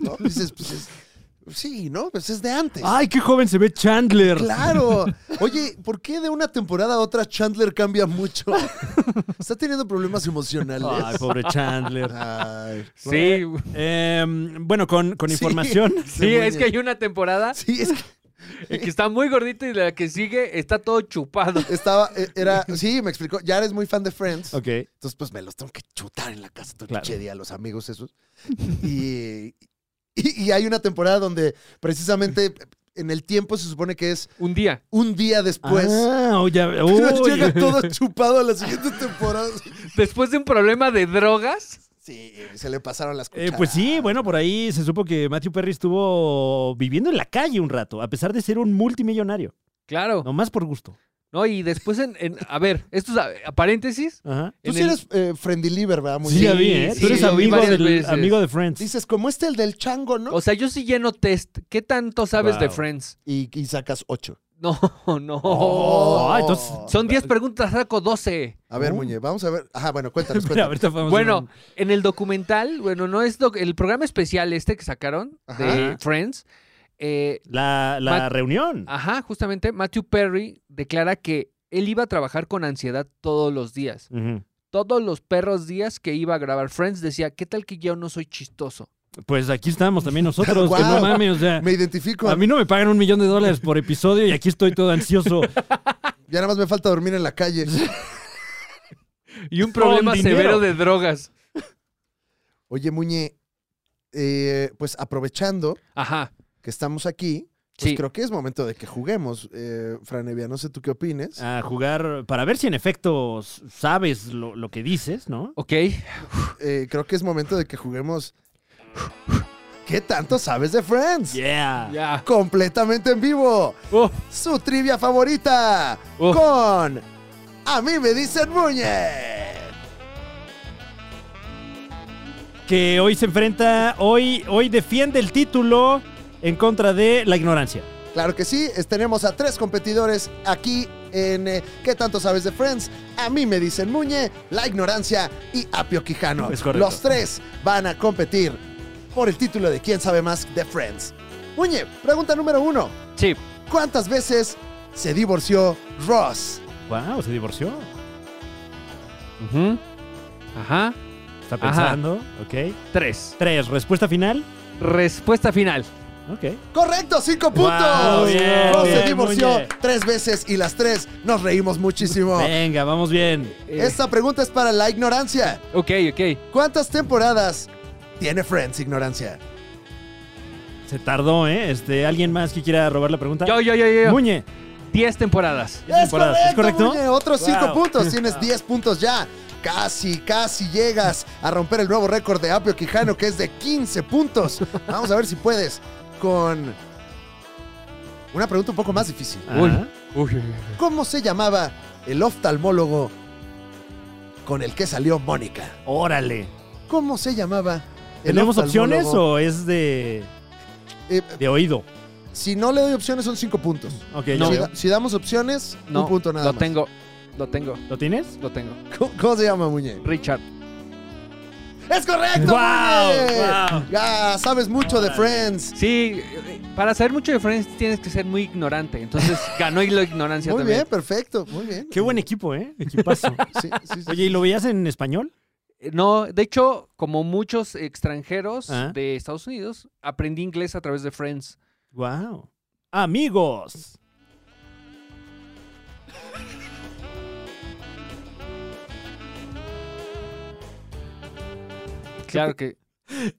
¿No? Dices, pues es, sí, ¿no? Pues es de antes. ¡Ay, qué joven se ve Chandler! Claro. Oye, ¿por qué de una temporada a otra Chandler cambia mucho? Está teniendo problemas emocionales. Ay, pobre Chandler. Ay. Sí, güey. Em, bueno, con, con Sí. información. sí, es que hay una temporada Sí, es que en que está muy gordito y la que sigue está todo chupado. estaba, eh, era, sí, me explicó, ya eres muy fan de Friends. Ok. Entonces, pues me los tengo que chutar en la casa todo el Claro. pinche día a los amigos esos. Y, y- y hay una temporada donde precisamente en el tiempo se supone que es Un día. un día después. Ah, oye, Pero uy. Pues, llega todo chupado a la siguiente temporada. Después de un problema de drogas. Sí, se le pasaron las Eh, cosas. pues sí, bueno, por ahí se supo que Matthew Perry estuvo viviendo en la calle un rato, a pesar de ser un multimillonario, Claro. Oh. No, nomás por gusto. y después en, en- a ver, esto es a, a paréntesis. Ajá. Tú en sí el- eres eh, friendly liver, ¿verdad? Muy Sí, bien. ya vi, ¿eh? sí, Tú eres lo vi amigo, varias del- veces. amigo de Friends. Dices, como este el del chango, ¿no? O sea, yo sí lleno test. ¿Qué tanto sabes de Wow. Friends? Y, y sacas ocho. No, no. Oh. Ah, entonces- Son 10 preguntas, saco 12. A ver, Oh. Muñe, vamos a ver. Ajá, bueno, cuéntanos, Mira, cuéntanos. ahorita vamos a Bueno, ver. en el documental, bueno, no es doc- el programa especial este que sacaron de Ajá. Friends. eh, la, la Matt- reunión. Ah. ajá, justamente Matthew Perry declara que él iba a trabajar con ansiedad todos los días. Ujú. Todos los perros días que iba a grabar Friends decía, ¿qué tal que yo no soy chistoso? Pues aquí estamos también nosotros, que Guau. no mames, o sea, Me identifico. a mí no me pagan un millón de dólares por episodio y aquí estoy todo ansioso. Ya nada más me falta dormir en la calle. Y un Con problema dinero. severo de drogas. Oye, Muñe, eh, pues aprovechando Ajá, que estamos aquí, pues sí. creo que es momento de que juguemos. Eh, Franevia, no sé tú qué opines. A jugar para ver si en efecto s- sabes lo, lo que dices, ¿no? Ok, Eh, creo que es momento de que juguemos. ¿Qué tanto sabes de Friends? Yeah. ya. Completamente en vivo. Oh, su trivia favorita Oh. con A mí me dicen Muñe. Que hoy se enfrenta, hoy, hoy defiende el título en contra de la ignorancia. Claro que sí, es- tenemos a tres competidores aquí en eh, ¿Qué tanto sabes de Friends? A mí me dicen Muñe, La Ignorancia y Apio Quijano. Es correcto. Los tres van a competir por el título de ¿Quién sabe más de Friends? Muñe, pregunta número uno. sí. ¿Cuántas veces se divorció Ross? Wow, se divorció. Ujú. Ajá. Está Ajá. pensando, ok. Tres. Tres, respuesta final. Respuesta final. Ok. Correcto, cinco puntos. Wow, bien, Ross se bien, divorció Muñe. tres veces y las tres nos reímos Oh. muchísimo. Venga, vamos bien. Eh, Esta pregunta es para la ignorancia. Ok, ok. ¿Cuántas temporadas tiene Friends, ignorancia? Se tardó, ¿eh? Este, ¿Alguien más que quiera robar la pregunta? Yo, yo, yo, yo. yo. Muñe. Diez temporadas. Es temporada, ¿es correcto? Muñe, otros Wow. cinco puntos. Tienes 10 puntos ya. Casi, casi llegas a romper el nuevo récord de Apio Quijano, que es de 15 puntos. Vamos a ver si puedes con una pregunta un poco más difícil. Uy. Ajá. Uy, uy, uy. ¿Cómo se llamaba el oftalmólogo con el que salió Mónica? Órale. ¿Cómo se llamaba? el ¿Tenemos opciones oftalmólogo? o es de, Eh, de oído? si no le doy opciones, son 5 puntos. Ok, ya No. Si, veo. da- si damos opciones, No, un punto nada lo más. tengo. Lo tengo. ¿Lo tienes? Lo tengo. ¿Cómo, cómo se llama, Muñe? Richard. ¡Es correcto, ¡Guau! Muñe! ¡Guau! Ya sabes mucho de Friends. Sí, eh, para saber mucho de Friends tienes que ser muy ignorante. Entonces ganó y la ignorancia Muy también. bien, perfecto, muy bien. Qué buen equipo, ¿eh? Equipazo. Sí, sí, sí. Oye, ¿y lo veías en español? Eh, No, de hecho, como muchos extranjeros Ah. de Estados Unidos, aprendí inglés a través de Friends. Wow. Amigos. Claro que.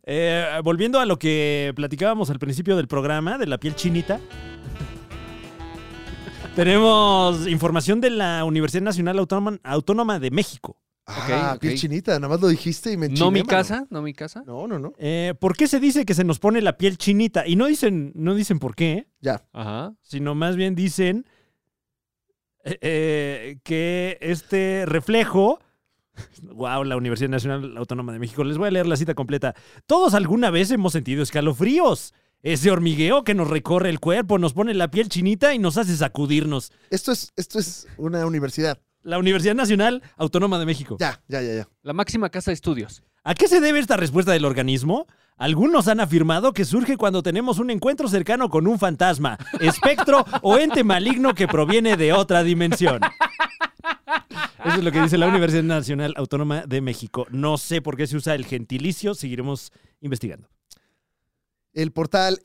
Eh, volviendo a lo que platicábamos al principio del programa, de la piel chinita. Tenemos información de la Universidad Nacional Autónoma, Autónoma de México. Ah, ok. piel chinita, nada más lo dijiste y me enchiné, No mi mano. casa, no mi casa. No, no, no. Eh, ¿Por qué se dice que se nos pone la piel chinita? Y no dicen, no dicen por qué, ¿eh? Ya. Ajá. sino más bien dicen eh, eh, que este reflejo. Wow, la Universidad Nacional Autónoma de México. Les voy a leer la cita completa. Todos alguna vez hemos sentido escalofríos. Ese hormigueo que nos recorre el cuerpo, nos pone la piel chinita y nos hace sacudirnos. Esto es, esto es una universidad. La Universidad Nacional Autónoma de México. Ya, ya, ya, ya. La máxima casa de estudios. ¿A qué se debe esta respuesta del organismo? Algunos han afirmado que surge cuando tenemos un encuentro cercano con un fantasma, espectro o ente maligno que proviene de otra dimensión. Eso es lo que dice la Universidad Nacional Autónoma de México. No sé por qué se usa el gentilicio, seguiremos investigando. El portal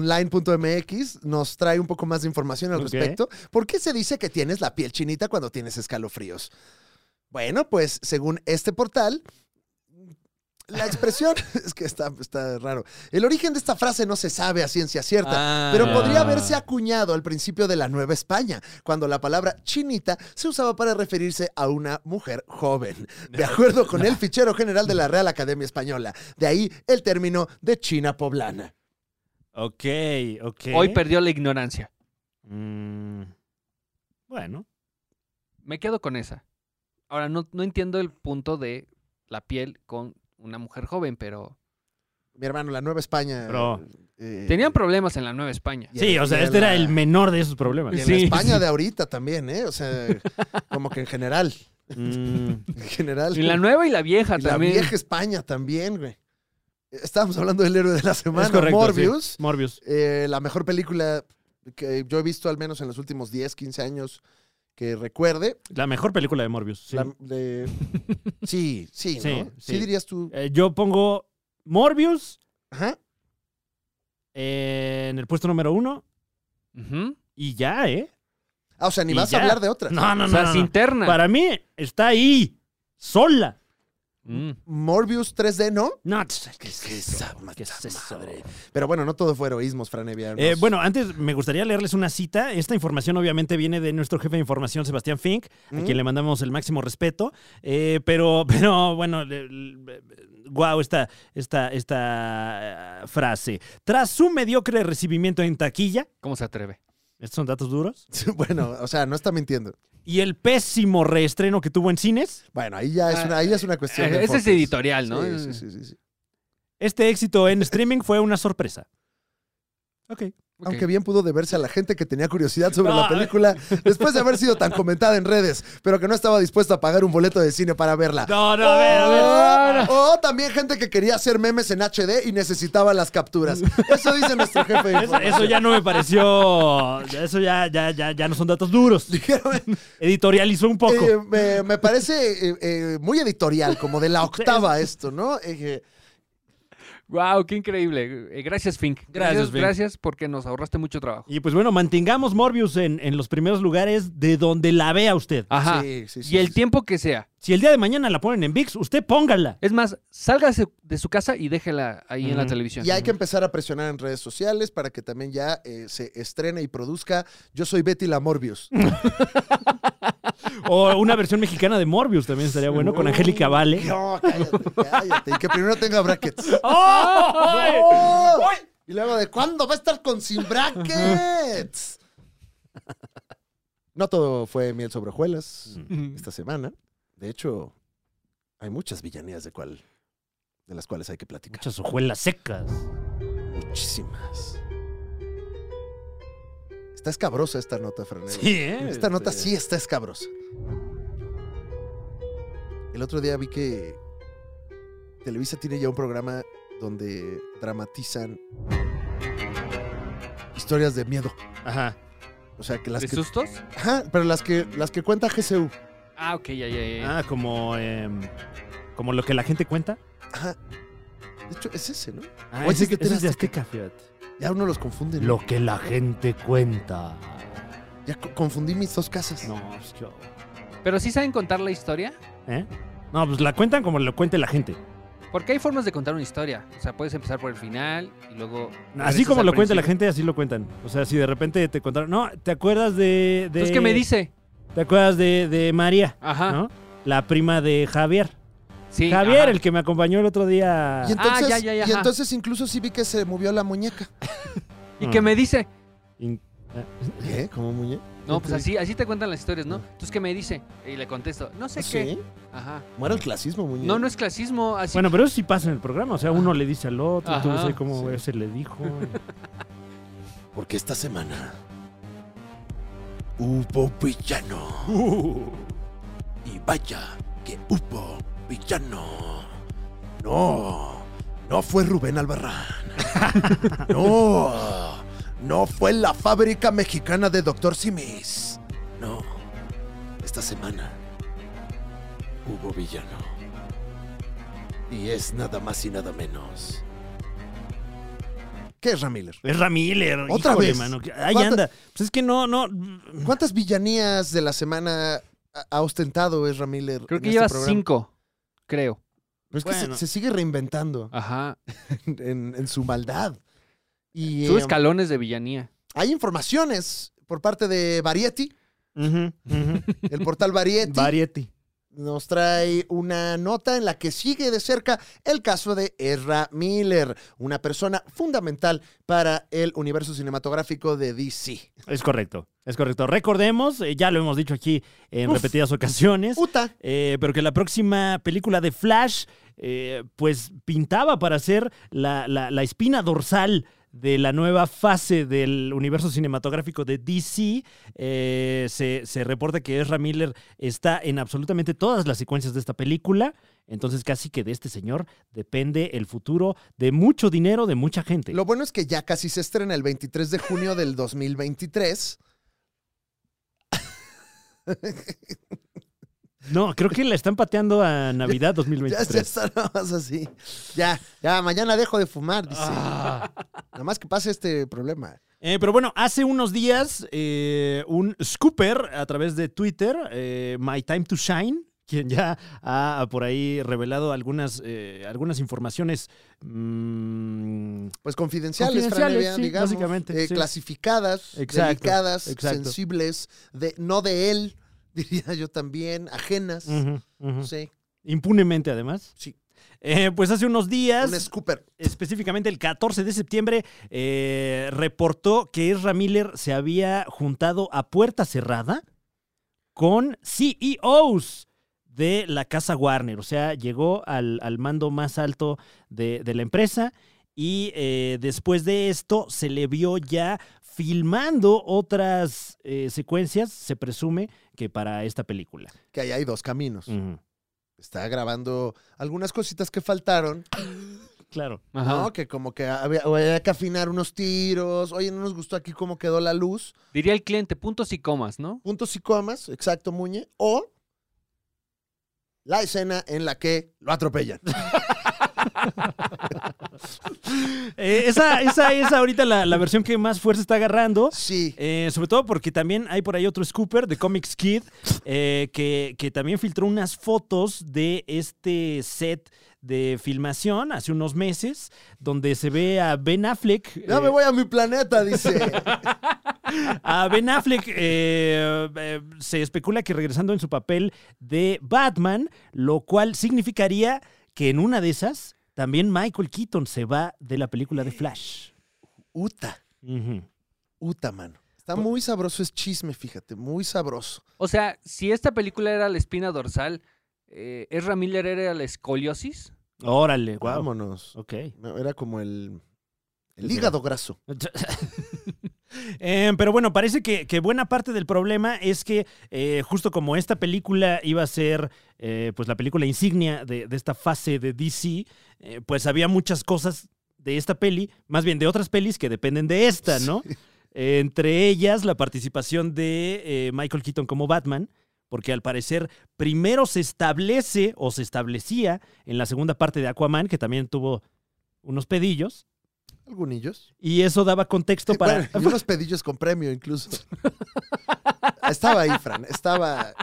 rsbponline.mx nos trae un poco más de información al Ok. respecto. ¿Por qué se dice que tienes la piel chinita cuando tienes escalofríos? Bueno, pues según este portal, la expresión es que está, está raro. El origen de esta frase no se sabe a ciencia cierta. Pero podría haberse acuñado al principio de la Nueva España, cuando la palabra chinita se usaba para referirse a una mujer joven, de acuerdo con el fichero general de la Real Academia Española. De ahí el término de China poblana. Ok, ok. Hoy perdió la ignorancia. Mm, bueno, Eh, Me quedo con esa. Ahora, no, no entiendo el punto de la piel con una mujer joven, pero... Mi hermano, la Nueva España. Bro. eh, Tenían problemas en la Nueva España. Y sí, en- o sea, y en este era la- el menor de esos problemas. y en la España de ahorita también, ¿eh? O sea, como que en general. Mm, En general. Y la nueva y la vieja Y la también. vieja España también, güey. Estábamos hablando del héroe de la semana, es correcto, Morbius. sí. Morbius. eh, la mejor película que yo he visto al menos en los últimos 10, 15 años que recuerde. La mejor película de Morbius. sí. La- de- Sí, sí, ¿no? Sí, Sí, sí. dirías tú. Eh, yo pongo Morbius Ajá. eh, en el puesto número uno Ujú. y ya, ¿eh? Ah, o sea, ni Y vas ya. a hablar de otra. No, no, o no. sea, no, no. sin terna. Para mí está ahí, sola. Mm. Morbius 3D, ¿no? No, tss, ¿qué es es eso? eso? ¿Qué es eso? Madre. Pero bueno, no todo fue heroísmos, Fran Evia, Eh, nos- bueno, antes me gustaría leerles una cita. Esta información obviamente viene de nuestro jefe de información, Sebastián Fink, a ¿Mm? quien le mandamos el máximo respeto. Eh, pero, pero bueno, wow, esta, esta, esta eh, frase. Tras su mediocre recibimiento en taquilla, ¿Cómo se atreve? estos son datos duros, Bueno, o sea, no está mintiendo. y el pésimo reestreno que tuvo en cines, Bueno, ahí ya es Ah, una, ahí ya es una cuestión de Eh, Ese es enfoques. editorial, ¿no? Sí, sí, sí, sí, sí. este éxito en streaming fue una sorpresa. Ok. Ok. Aunque bien pudo deberse a la gente que tenía curiosidad sobre Ah. la película después de haber sido tan comentada en redes, pero que no estaba dispuesta a pagar un boleto de cine para verla. Ah, No, no, a ver, a ver. O también gente que quería hacer memes en HD y necesitaba las capturas. Eso dice nuestro jefe. de Eso, eso información. ya no me pareció. Eso ya, ya, ya, ya no son datos duros. Dijeron, eh, Editorializó un poco. eh, me, me parece eh, eh, muy editorial, como de la octava esto, ¿no? Eh, eh, Wow, qué increíble. Eh, Gracias, Fink. Gracias, Fink. Gracias porque nos ahorraste mucho trabajo. Y pues bueno, mantingamos Morbius en, en los primeros lugares de donde la vea usted. Ajá. sí, sí, sí, y el sí. tiempo que sea. Si el día de mañana la ponen en VIX, usted póngala. Es más, sálgase de su casa y déjela ahí en la Ujú. televisión. Y hay que empezar a presionar en redes sociales para que también ya eh, se estrene y produzca Yo soy Betty la Morbius. O una versión mexicana de Morbius también estaría bueno con Angélica Vale. No, cállate, cállate. Y que primero tenga brackets. ¡Oh! ¡Oh! Y luego, ¿de cuándo va a estar con sin brackets? No todo fue miel sobre hojuelas esta semana. De hecho, hay muchas villanías de, cual, de las cuales hay que platicar. Muchas hojuelas secas. Muchísimas. Está escabrosa esta nota, Fernando. Sí, ¿eh? Esta nota Este. sí está escabrosa. El otro día vi que Televisa tiene ya un programa donde dramatizan historias de miedo. Ajá. O sea, que las ¿De que... sustos? Ajá, pero las que, las que cuenta GCU. Ah, ok, ya, ya, ya. Ah, como. em, como lo que la gente cuenta. Ajá. De hecho, es ese, ¿no? Ah, Oye, ese- sí que ese tiene es de Azteca, fíjate. Ya uno los confunde. ¿no? Lo que la gente cuenta. Ya co- confundí mis dos casas. No, pues yo- Pero sí saben contar la historia. ¿Eh? No, pues la cuentan como lo cuente la gente. Porque hay formas de contar una historia. O sea, puedes empezar por el final y luego. Así como lo cuenta cuenta la gente, así lo cuentan. O sea, si de repente te Pues, contaron, no, ¿te acuerdas de. de Entonces, ¿qué me dice? ¿Te acuerdas de, de María? Ajá. ¿No? la prima de Javier. Ah. Sí, Javier, ajá. el que me acompañó el otro día. Y entonces, Ah, ya, ya, ya, y ajá. entonces incluso sí vi que se movió la muñeca. Y que me dice, In- ¿Qué? ¿Cómo muñeca? no, pues así, así te cuentan las historias, ¿no? Entonces, ¿qué me dice? Y le contesto, no sé qué. Sí. Ajá. Muera el clasismo, muñeca. No, no es clasismo, así. Bueno, pero eso sí pasa en el programa. O sea, uno le dice al otro, tú no Ajá, sé cómo sí. se le dijo. Porque esta semana hubo villano. Y vaya que hubo villano. No, no fue Rubén Albarrán. no, no fue la fábrica mexicana de Doctor Simis. No, esta semana hubo villano. Y es nada más y nada menos. ¿Qué es Ramírez? es Ramírez. Otra híjole, vez. mano, que- Ahí ¿Cuánta- anda. Pues es que no, no. ¿Cuántas villanías de la semana ha- ha ostentado Ezra Miller? Creo en que este lleva programa? cinco, creo. Pero es que se- Bueno. se, sigue reinventando Ajá. en, en su maldad. Y Sube eh, escalones de villanía. hay informaciones por parte de Variety, Ujú, ujú. el portal Variety. Variety. nos trae una nota en la que sigue de cerca el caso de Ezra Miller, una persona fundamental para el universo cinematográfico de DC. Es correcto, es correcto. Recordemos, eh, ya lo hemos dicho aquí en Uf. repetidas ocasiones, Puta, eh, pero que la próxima película de Flash, eh, pues pintaba para ser la, la- la espina dorsal de la nueva fase del universo cinematográfico de DC. Eh, se, se reporta que Ezra Miller está en absolutamente todas las secuencias de esta película. Entonces casi que de este señor depende el futuro de mucho dinero de mucha gente. Lo bueno es que ya casi se estrena el 23 de junio del 2023. No, creo que la están pateando a Navidad Ya, 2023. ya está nada más así. Ya, ya, mañana dejo de fumar, dice. Ah. Nada más que pase este problema. Eh, pero bueno, hace unos días eh, un scooper a través de Twitter, eh, My Time to Shine, quien ya ha por ahí revelado algunas, eh, algunas informaciones mm, Pues confidenciales, Fran Confidenciales, Evia, sí, digamos. básicamente, eh, sí. Clasificadas, Exacto, delicadas, exacto. sensibles, de, no de él, diría yo también, ajenas. ujú, ujú. Sí, impunemente además. Sí. Eh, pues hace unos días... un scooper. específicamente el 14 de septiembre, eh, reportó que Ezra Miller se había juntado a puerta cerrada con CEOs de la casa Warner. O sea, llegó al, al mando más alto de, de la empresa y eh, después de esto se le vio ya filmando otras eh, secuencias, se presume que para esta película. Que ahí hay dos caminos. Mm. Está grabando algunas cositas que faltaron, Claro. Ajá. ¿no? Que como que había, había que afinar unos tiros. Oye, no nos gustó aquí cómo quedó la luz. Diría el cliente, puntos y comas, ¿no? puntos y comas, exacto, Muñe, o la escena en la que lo atropellan. Eh, esa, esa es ahorita la- la versión que más fuerza está agarrando. Sí. Eh, sobre todo porque también hay por ahí otro scooper de Comics Kid eh, que, que también filtró unas fotos de este set de filmación hace unos meses donde se ve a Ben Affleck. eh, Ya Ah, me voy a mi planeta, dice. a Ben Affleck eh, eh, se especula que regresando en su papel de Batman, lo cual significaría que en una de esas también Michael Keaton se va de la película de Flash. Uta, Ujú. Uta, mano. Está muy sabroso, es chisme, fíjate, muy sabroso. O sea, si esta película era la espina dorsal, eh, ¿Ezra Miller era la escoliosis? Órale, guau. Vámonos. Ok. No, Era como el, el hígado graso. Eh, pero bueno, parece que, que buena parte del problema es que eh, justo como esta película iba a ser eh, pues la película insignia de, de esta fase de DC, eh, pues había muchas cosas de esta peli, más bien de otras pelis que dependen de esta, ¿no? Eh, entre ellas la participación de eh, Michael Keaton como Batman, porque al parecer primero se establece o se establecía en la segunda parte de Aquaman, que también tuvo unos pedillos, Algunillos. y eso daba contexto para... Bueno, y unos pedillos con premio, incluso. estaba ahí, Fran. Estaba.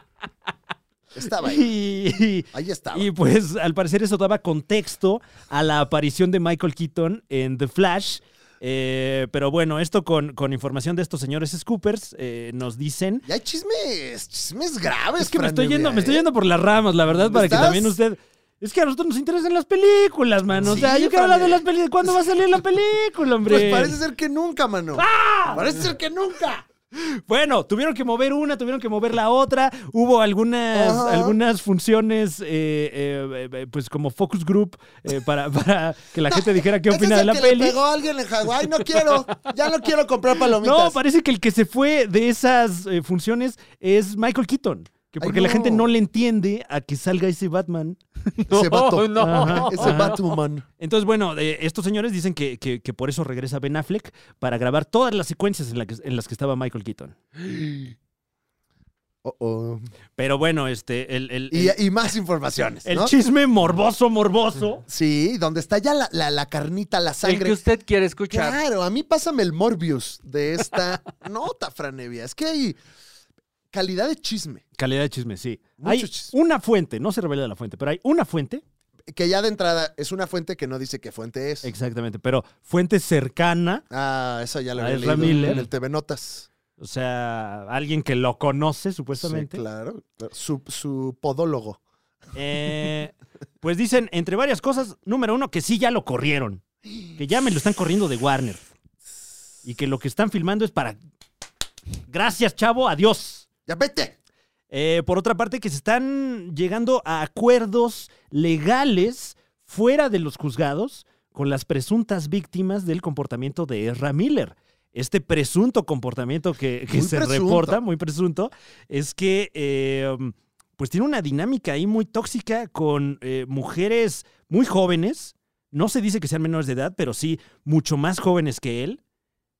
Estaba ahí. Y, Ahí estaba. y, pues al parecer eso daba contexto a la aparición de Michael Keaton en The Flash, Eh, pero bueno, esto con, con información de estos señores Scoopers eh, nos dicen. Y hay chismes, chismes graves. Es que me Fran estoy Evia, yendo, me estoy ¿eh? yendo por las ramas, la verdad, para que ¿Estás? también usted. Es que a nosotros nos interesan las películas, mano. Sí, o sea, yo quiero hablar de Fran, las películas. ¿Cuándo va a salir la película, hombre? ¡Ah! Pues parece ser que nunca, mano. Parece ser que nunca. Bueno, tuvieron que mover una, tuvieron que mover la otra. Hubo algunas, Ajá. algunas funciones, eh, eh, eh, pues como focus group, eh, para, para que la gente dijera qué Ese opina es de el la que peli. Le pegó a alguien en Hawái, no quiero. Ya no quiero comprar palomitas. No, parece que el que se fue de esas eh, funciones es Michael Keaton. Que Ay, porque la no. gente no le entiende a que salga ese Batman. Ese vato. no. Ajá. Ese Batman. Entonces, bueno, eh, estos señores dicen que, que- que por eso regresa Ben Affleck para grabar todas las secuencias en, la que- en las que estaba Michael Keaton. Oh, oh. Pero bueno, este, el, el- el- Y, y más informaciones. el ¿no? chisme morboso, morboso. Sí, donde está ya la, la- la carnita, la El que sangre. usted quiere escuchar. Claro, a mí pásame el Morbius de esta nota, Franevia. Es que hay calidad de chisme. Calidad de chisme, sí. Mucho hay chisme. una fuente, no se revela la fuente, pero hay una fuente, Que ya de entrada es una fuente que no dice qué fuente es. exactamente, pero fuente cercana, Ah, esa ya la Ah, había es leído la Miller. en el TV Notas. o sea, alguien que lo conoce Sí, supuestamente. claro. Su, su podólogo. Eh, pues dicen, entre varias cosas, número uno, que sí ya lo corrieron. Que ya me lo están corriendo de Warner. Y que lo que están filmando es para. Gracias, chavo, adiós. ¡Ya vete! Eh, por otra parte, que se están llegando a acuerdos legales fuera de los juzgados con las presuntas víctimas del comportamiento de Ezra Miller. Este presunto comportamiento que, que Muy se presunto. reporta, muy presunto, es que eh, pues tiene una dinámica ahí muy tóxica con eh, mujeres muy jóvenes. No se dice que sean menores de edad, pero sí mucho más jóvenes que él.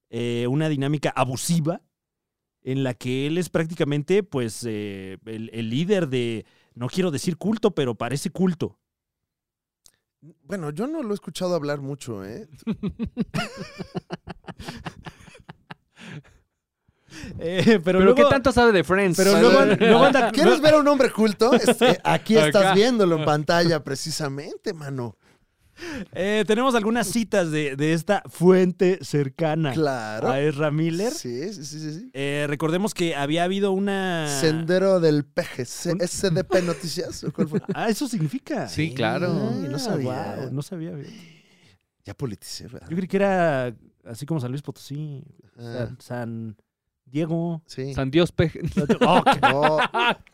Eh, una dinámica abusiva en la que él es prácticamente pues eh, el, el líder de, no quiero decir culto, pero parece culto. Bueno, yo no lo he escuchado hablar mucho, ¿eh? Eh, pero Pero luego, ¿qué tanto sabe de Friends? pero Sí. luego, luego anda- ¿Quieres ver a un hombre culto? Este, aquí Acá. estás viéndolo en pantalla, precisamente, mano. eh, tenemos algunas citas de, de esta fuente cercana Claro. Ah, a Ezra Miller. Sí, sí, sí, sí, sí. Eh, recordemos que había habido una... Sendero del peje, C- SDP Noticias. ¿o cuál fue? Ah, eso significa. Sí, claro. Ah, no sabía. guau, no sabía. Ya politicé, ¿verdad? Yo creí que era así como San Luis Potosí, Ah, San, San Diego. sí. San Dios Peje. Oh, qué- Oh,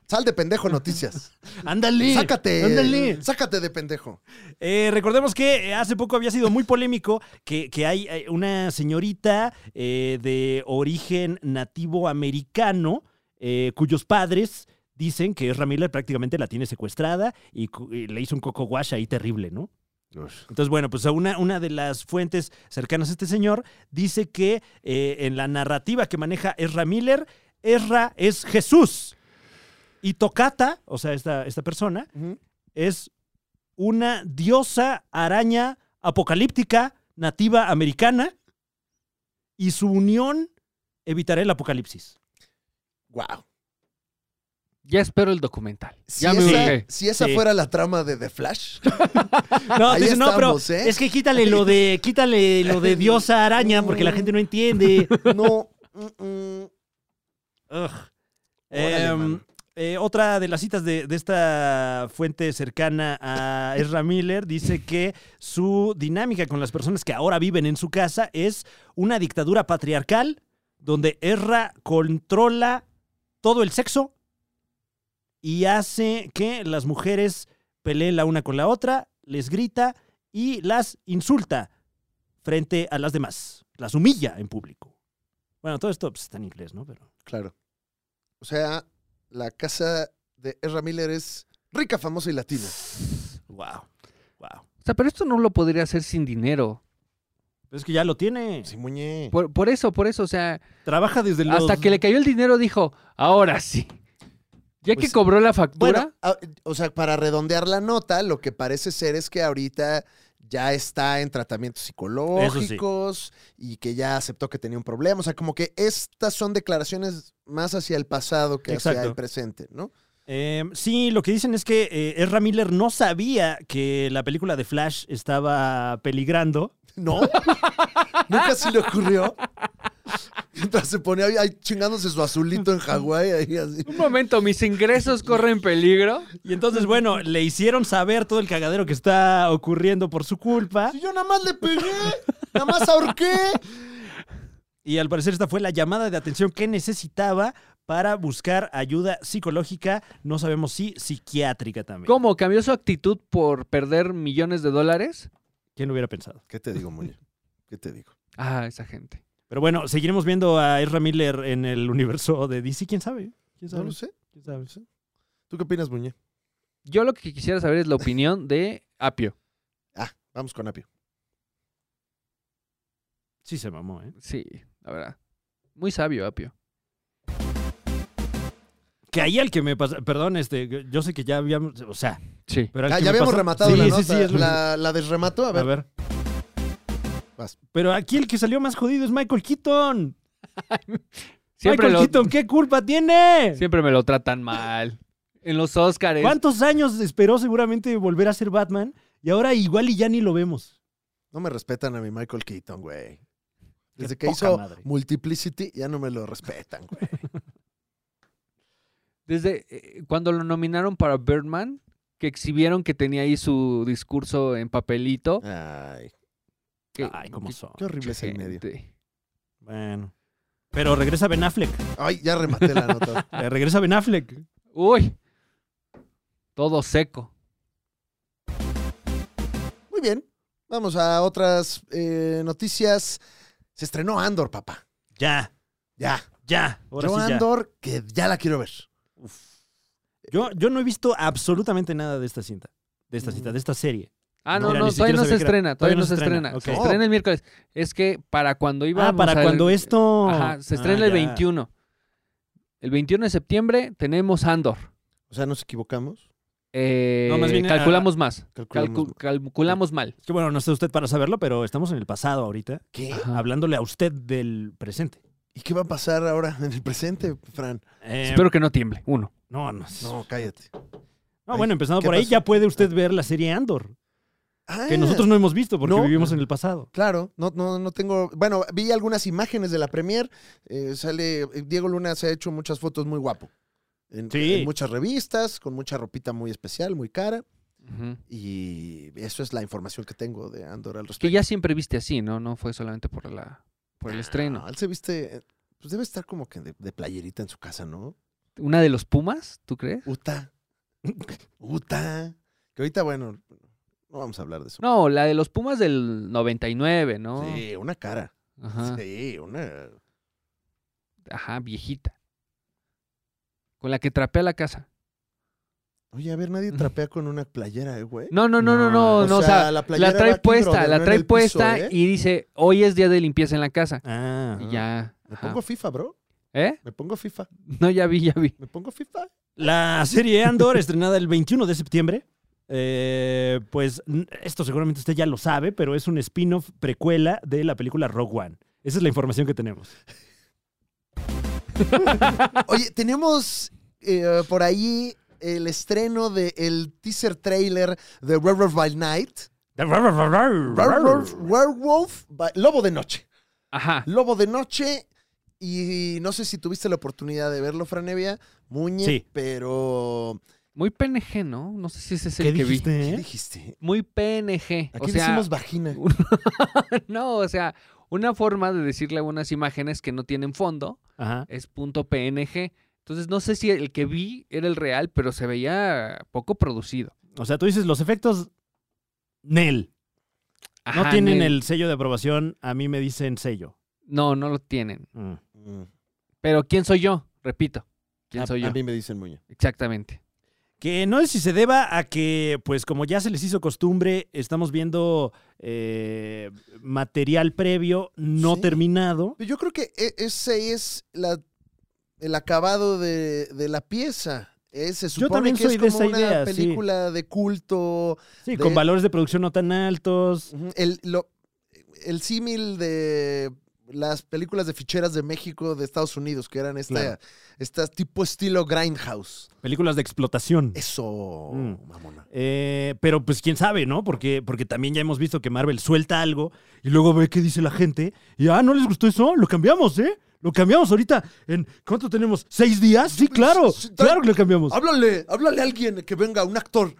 sal de pendejo noticias. ándale. Sácate. Ándale. Sácate de pendejo. Eh, recordemos que eh, hace poco había sido muy polémico que, que hay eh, una señorita eh, de origen nativo americano eh, cuyos padres dicen que Ezra Miller prácticamente la tiene secuestrada y, cu- y le hizo un coco wash ahí terrible, ¿no? Entonces, bueno, pues a una, una de las fuentes cercanas a este señor dice que eh, en la narrativa que maneja Ezra Miller, Ezra es Jesús. Y Tocata, o sea, esta, esta persona, Ujú. es una diosa araña apocalíptica nativa americana y su unión evitará el apocalipsis. Wow. Ya espero el documental. Si ya esa, me urge. si esa Sí. fuera la trama de The Flash, No, Ahí dice, no, pero estamos, ¿eh? es que quítale lo de quítale lo de diosa araña porque la gente no entiende. no. mm, mm. Ugh. Órale, Em, mano. eh, otra de las citas de, de esta fuente cercana a Ezra Miller dice que su dinámica con las personas que ahora viven en su casa es una dictadura patriarcal donde Ezra controla todo el sexo y hace que las mujeres peleen la una con la otra, les grita y las insulta frente a las demás, las humilla en público. Bueno, todo esto pues, está en inglés, ¿no? Pero... Claro. O sea, la casa de Ezra Miller es rica, famosa y latina. Wow. Wow. O sea, pero esto no lo podría hacer sin dinero. Es que ya lo tiene. Sí, muñe. Por, por eso, por eso, o sea, Trabaja desde los... hasta que le cayó el dinero dijo, ahora sí. Ya Pues, que cobró la factura, Bueno, a- o sea, para redondear la nota, lo que parece ser es que ahorita ya está en tratamientos psicológicos y que ya aceptó que tenía un problema. O sea, como que estas son declaraciones más hacia el pasado que hacia Exacto. el presente, ¿no? Eh, sí, lo que dicen es que eh, Ezra Miller no sabía que la película de Flash estaba peligrando. No. Nunca se le ocurrió. Mientras se ponía ahí, ahí chingándose su azulito en Hawái, ahí así. Un momento, mis ingresos corren peligro. Y entonces, bueno, le hicieron saber todo el cagadero que está ocurriendo por su culpa. Si yo nada más le pegué, nada más ahorqué. Y al parecer esta fue la llamada de atención que necesitaba para buscar ayuda psicológica, no sabemos si psiquiátrica también. ¿Cómo? ¿Cambió su actitud por perder millones de dólares? ¿Quién hubiera pensado? ¿Qué te digo, Muñe? ¿Qué te digo? Ah, esa gente. Pero bueno, seguiremos viendo a Ezra Miller en el universo de DC, quién sabe. No ¿Quién sabe? lo sé. ¿Quién sabe? ¿Tú qué opinas, Muñe? Yo lo que quisiera saber es la opinión de Apio. Ah, vamos con Apio. Sí se mamó, ¿eh? Sí, la verdad. Muy sabio, Apio. Que ahí al que me pasa, perdón, este, yo sé que ya habíamos, o sea, Sí. pero al Ah, que ya me habíamos pasa- rematado Sí, la sí, nota. sí, es lo- la, la desremató, a A ver. ver. Vas. Pero aquí el que salió más jodido es Michael Keaton. Siempre, Michael lo- Keaton, ¿qué culpa tiene? siempre me lo tratan mal. En los Oscars. ¿Cuántos años esperó seguramente volver a ser Batman? Y ahora igual y ya ni lo vemos. No me respetan a mi Michael Keaton, güey. Desde que poca hizo madre. Multiplicity, ya no me lo respetan, güey. Desde eh, cuando lo nominaron para Birdman, que exhibieron que tenía ahí su discurso en papelito. Ay, que- Ay, cómo que- son. qué horrible es el medio. gente. Bueno. Pero regresa Ben Affleck. Ay, ya rematé la nota. Ah. Eh, regresa Ben Affleck. Uy. Todo seco. Muy bien. Vamos a otras eh, noticias. Se estrenó Andor, papá. Ya, Ya. ya. Ahora Yo sí, ya. Andor, que ya la quiero ver. Yo, yo no he visto absolutamente nada de esta cinta. De esta cinta, de esta serie. Ah, No, no, mira, no, ni siquiera todavía no se sabía que era- estrena, todavía no se estrena. ok. Se estrena el miércoles. Es que para cuando iba Ah, para cuando esto. pues, Ajá, se estrena Ah, el ya. 21. El 21 de septiembre tenemos Andor. O sea, nos equivocamos. Eh, No, más bien, ah, calculamos más. Calculamos. Calcu- calculamos mal. Es que bueno, no está usted para saberlo, pero estamos en el pasado ahorita, ¿Qué? Ajá. hablándole a usted del presente. ¿Y qué va a pasar ahora en el presente, Fran? Eh, Espero que no tiemble. Uno. No, no. No, cállate. No, bueno, empezando ¿qué por ahí, pasó? ya puede usted ver la serie Andor, Ah. que nosotros no hemos visto porque No. vivimos en el pasado. Ah, Claro, no, no, no tengo. Bueno, vi algunas imágenes de la premier. eh, sale Diego Luna se ha hecho muchas fotos muy guapo. En, Sí. en muchas revistas, con mucha ropita muy especial, muy cara. Ujú. Y eso es la información que tengo de Andor al respecto. Que ya siempre viste así, ¿no? No fue solamente por la por el estreno. Ah. No, él se viste. eh, Pues debe estar como que de, de playerita en su casa, ¿no? ¿Una de los Pumas, tú crees? Uta. Uta. Que ahorita, bueno, no vamos a hablar de eso. No, la de los Pumas del 99, ¿no? Sí, una cara. Ajá. Sí, una. Ajá, viejita. Con la que trapea la casa. Oye, a ver, nadie trapea con una playera, eh, güey. No, no, no, no, no, O no, o sea, sea, la la, playera va trae aquí, puesta, brother, no la en trae el puesta piso, ¿eh? y dice, hoy es día de limpieza en la casa. Ah. Y ya. Me ajá. pongo FIFA, bro. ¿Eh? Me pongo FIFA. No, ya vi, ya vi. Me pongo FIFA. La serie Andor, estrenada el 21 de septiembre. Eh, pues n- esto seguramente usted ya lo sabe, pero es un spin-off precuela de la película Rogue One. Esa es la información que tenemos. Oye, tenemos eh, por ahí el estreno del teaser trailer de Werewolf by Night. Werewolf, Werewolf by- Lobo de Noche. Ajá. Lobo de Noche. Y no sé si tuviste la oportunidad de verlo, Franevia, Muñe, Sí. pero. Muy PNG, ¿no? No sé si ese es el ¿Qué que dijiste? vi. ¿Qué eh? dijiste? Muy PNG. Aquí o sea, decimos vagina. no, o sea, una forma de decirle a unas imágenes que no tienen fondo Ajá. es punto .png. Entonces, no sé si el que vi era el real, pero se veía poco producido. O sea, tú dices los efectos Nel. No Ajá, tienen Nel. el sello de aprobación, a mí me dicen sello. No, no lo tienen. Mm. Mm. Pero ¿quién soy yo? Repito. ¿Quién A- soy a yo? mí me dicen Muñe. Exactamente. Que no sé si se deba a que, pues como ya se les hizo costumbre, estamos viendo eh, material previo no Sí. terminado. Yo creo que e- ese es la, el acabado de, de la pieza. Eh, se supone también que soy es de como esa una idea, sí. película de culto. Sí, De- con valores de producción no tan altos. Ujú. El, lo- el símil de las películas de ficheras de México, de Estados Unidos, que eran esta, Claro. estas tipo estilo Grindhouse. Películas de explotación. Eso, Mm. mamona. Eh, pero pues quién sabe, ¿no? Porque, porque también ya hemos visto que Marvel suelta algo y luego ve qué dice la gente y, ah, ¿no les gustó eso? Lo cambiamos, ¿eh? Lo cambiamos ahorita en, ¿cuánto tenemos? ¿Seis días? Sí, claro. Sí, Ah. sí, Claro que lo Pues, cambiamos. Háblale, háblale a alguien que venga, un actor.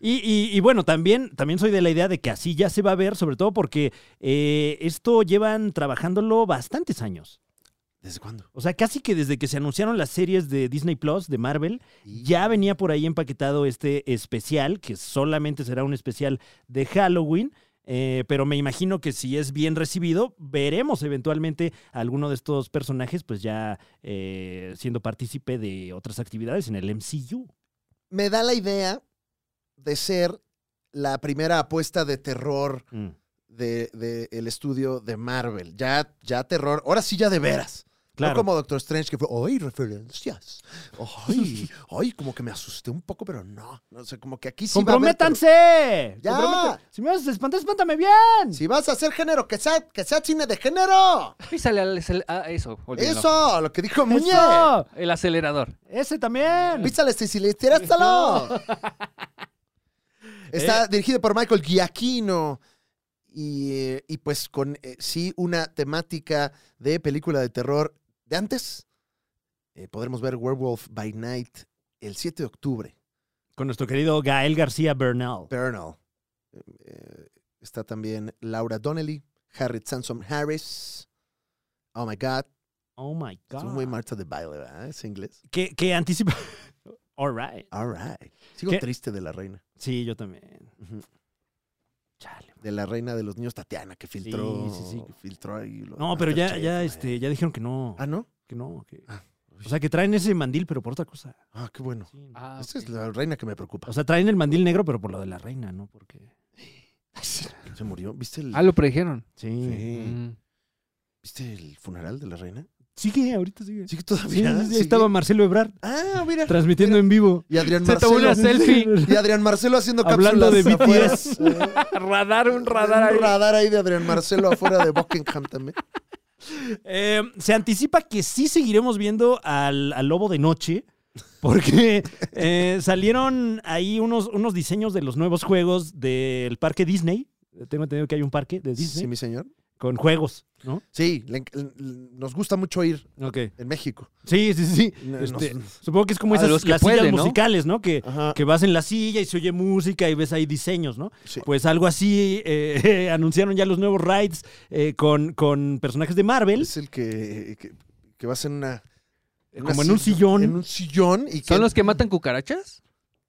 Y, y- y bueno, también, también soy de la idea de que así ya se va a ver, sobre todo porque eh, esto llevan trabajándolo bastantes años. ¿Desde cuándo? O sea, casi que desde que se anunciaron las series de Disney Plus, de Marvel, ya venía por ahí empaquetado este especial, que solamente será un especial de Halloween. eh, pero me imagino que si es bien recibido, veremos eventualmente a alguno de estos personajes, pues ya eh, siendo partícipe de otras actividades en el MCU. Me da la idea de ser la primera apuesta de terror Mm. del de, el estudio de Marvel. Ya, ya terror. Ahora sí, ya de veras. Claro. No como Doctor Strange que fue, ¡ay, referencias! ¡Ay, ay, como que me asusté un poco, pero no. No sé, como que aquí sí va a haber terror. ¡Comprométanse! Ya. Compromete- Si me vas a espantar, espántame bien. Si vas a hacer género, que sea, que sea cine de género. Písale al acel- a eso, olvídalo. Eso, lo que dijo Muñe. ¡Eso! El acelerador. ¡Ese también! Písale este si le tiráselo. Está Eh. dirigido por Michael Giacchino. Y, eh, y pues con, eh, sí, una temática de película de terror de antes. Eh, podremos ver Werewolf by Night el 7 de octubre. Con nuestro querido Gael García Bernal. Bernal. Eh, está también Laura Donnelly, Harriet Sansom Harris. Oh my God. Oh my God. Es muy Marta de baile, ¿verdad? Es inglés. que, que anticipa. All right. All right. Sigo ¿Qué? triste de la reina. Sí, yo también. Ujú. Chale. man. De la reina de los niños, Tatiana, que filtró. sí, sí. que filtró ahí. lo de No, pero ya, Masterchef, ya, güey. este, ya dijeron que no. Ah, ¿no? Que no. que- Ah. O sea, que traen ese mandil, pero por otra cosa. Ah, qué bueno. Sí, no. Ah, Esa ok. es la reina que me preocupa. O sea, traen el mandil negro, pero por lo de la reina, ¿no? Porque. Se murió. ¿Viste el, Ah, lo predijeron. Sí. Sí. Mm. ¿Viste el funeral de la reina? Sigue, ahorita sigue. Sí, que Sí, todavía. sí, sí, sigue. estaba Marcelo Ebrard Ah, mira. transmitiendo en vivo. Y Adrián Se tomó una Marcelo. selfie. Y Adrián Marcelo haciendo cápsulas. Hablando de afuera. BTS. Eh, radar, un Un radar ahí de Adrián Marcelo afuera de Buckingham también. Eh, se anticipa que sí seguiremos viendo al, al lobo de noche. Porque eh, salieron ahí unos, unos diseños de los nuevos juegos del parque Disney. Tengo entendido que hay un parque de Disney Sí, mi señor. con juegos, ¿no? Sí, le enc- le- nos gusta mucho ir Ok. en México. Sí, sí, sí. No, Ah, Este, nos- Supongo que es como A esas los que las puede, sillas ¿no? musicales, ¿no? Que, Ajá. que vas en la silla y se oye música y ves ahí diseños, ¿no? Sí. Pues algo así eh, anunciaron ya los nuevos rides eh, con, con personajes de Marvel, Es el que, que, que vas en una. una como en un sillón. En un sillón y ¿Son los que matan cucarachas?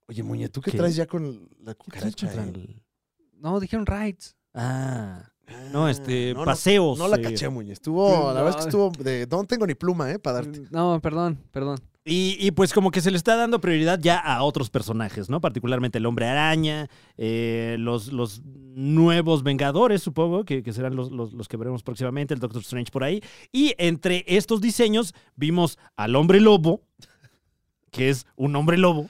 Oye, Muñe, ¿tú qué, ¿Qué? traes ya con la cucaracha? Contra eh? el- No, dijeron rides. Ah, Ah, no, este, no, no, paseos. No, la eh. caché, Muñe. Estuvo, la No. verdad es que estuvo de. No tengo ni pluma, ¿eh? Para Mm. darte. No, perdón, perdón. Y, y pues como que se le está dando prioridad ya a otros personajes, ¿no? Particularmente el Hombre Araña, eh, los, los nuevos Vengadores, supongo, que, que serán los, los- los que veremos próximamente, el Doctor Strange por ahí. Y entre estos diseños vimos al Hombre Lobo, que es un Hombre Lobo,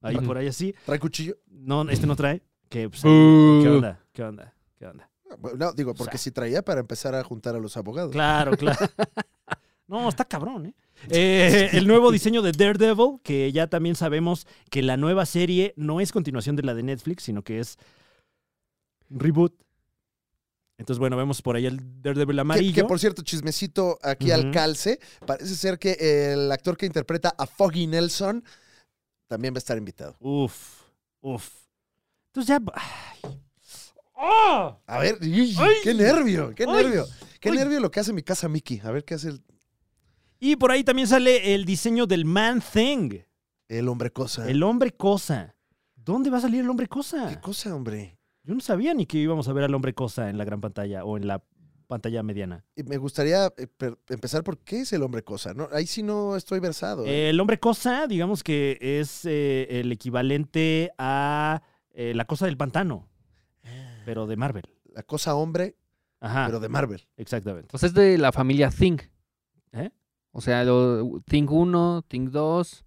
ahí Ujú. por ahí así. ¿Trae cuchillo? No, este no trae. Que, pues, ¿Qué Uh. onda? ¿Qué onda? ¿Qué onda? No, digo, porque O sea. si traía para empezar a juntar a los abogados. Claro, claro. No, está cabrón, ¿eh? Eh, el nuevo diseño de Daredevil, que ya también sabemos que la nueva serie no es continuación de la de Netflix, sino que es un reboot. Entonces, bueno, vemos por ahí el Daredevil Que- Que, amarillo. por cierto, chismecito aquí Ujú. al calce. Parece ser que el actor que interpreta a Foggy Nelson también va a estar invitado. Uf, uf. Entonces ya... ay. ¡Ah! A ver, ¡y! ¡Ay! qué nervio, qué ¡Ay! nervio. Qué ¡Ay! nervio lo que hace mi casa Mickey. A ver qué hace el, Y por ahí también sale el diseño del Man Thing, el hombre cosa. el ah. hombre cosa. ¿Dónde va a salir el hombre Ah. ¿Qué cosa? cosa, hombre? Yo no sabía ni que íbamos a ver al hombre cosa en la gran pantalla o en la pantalla mediana. Y me gustaría eh, per- empezar por qué es el hombre cosa. No, ahí sí no estoy versado. ¿eh? El hombre cosa, digamos que es eh, el equivalente a eh, la cosa del pantano, pero de Marvel. La cosa hombre, Ajá, pero de Marvel. exactamente. Pues es de la familia Think. ¿Eh? O sea, lo- Think 1, Think 2,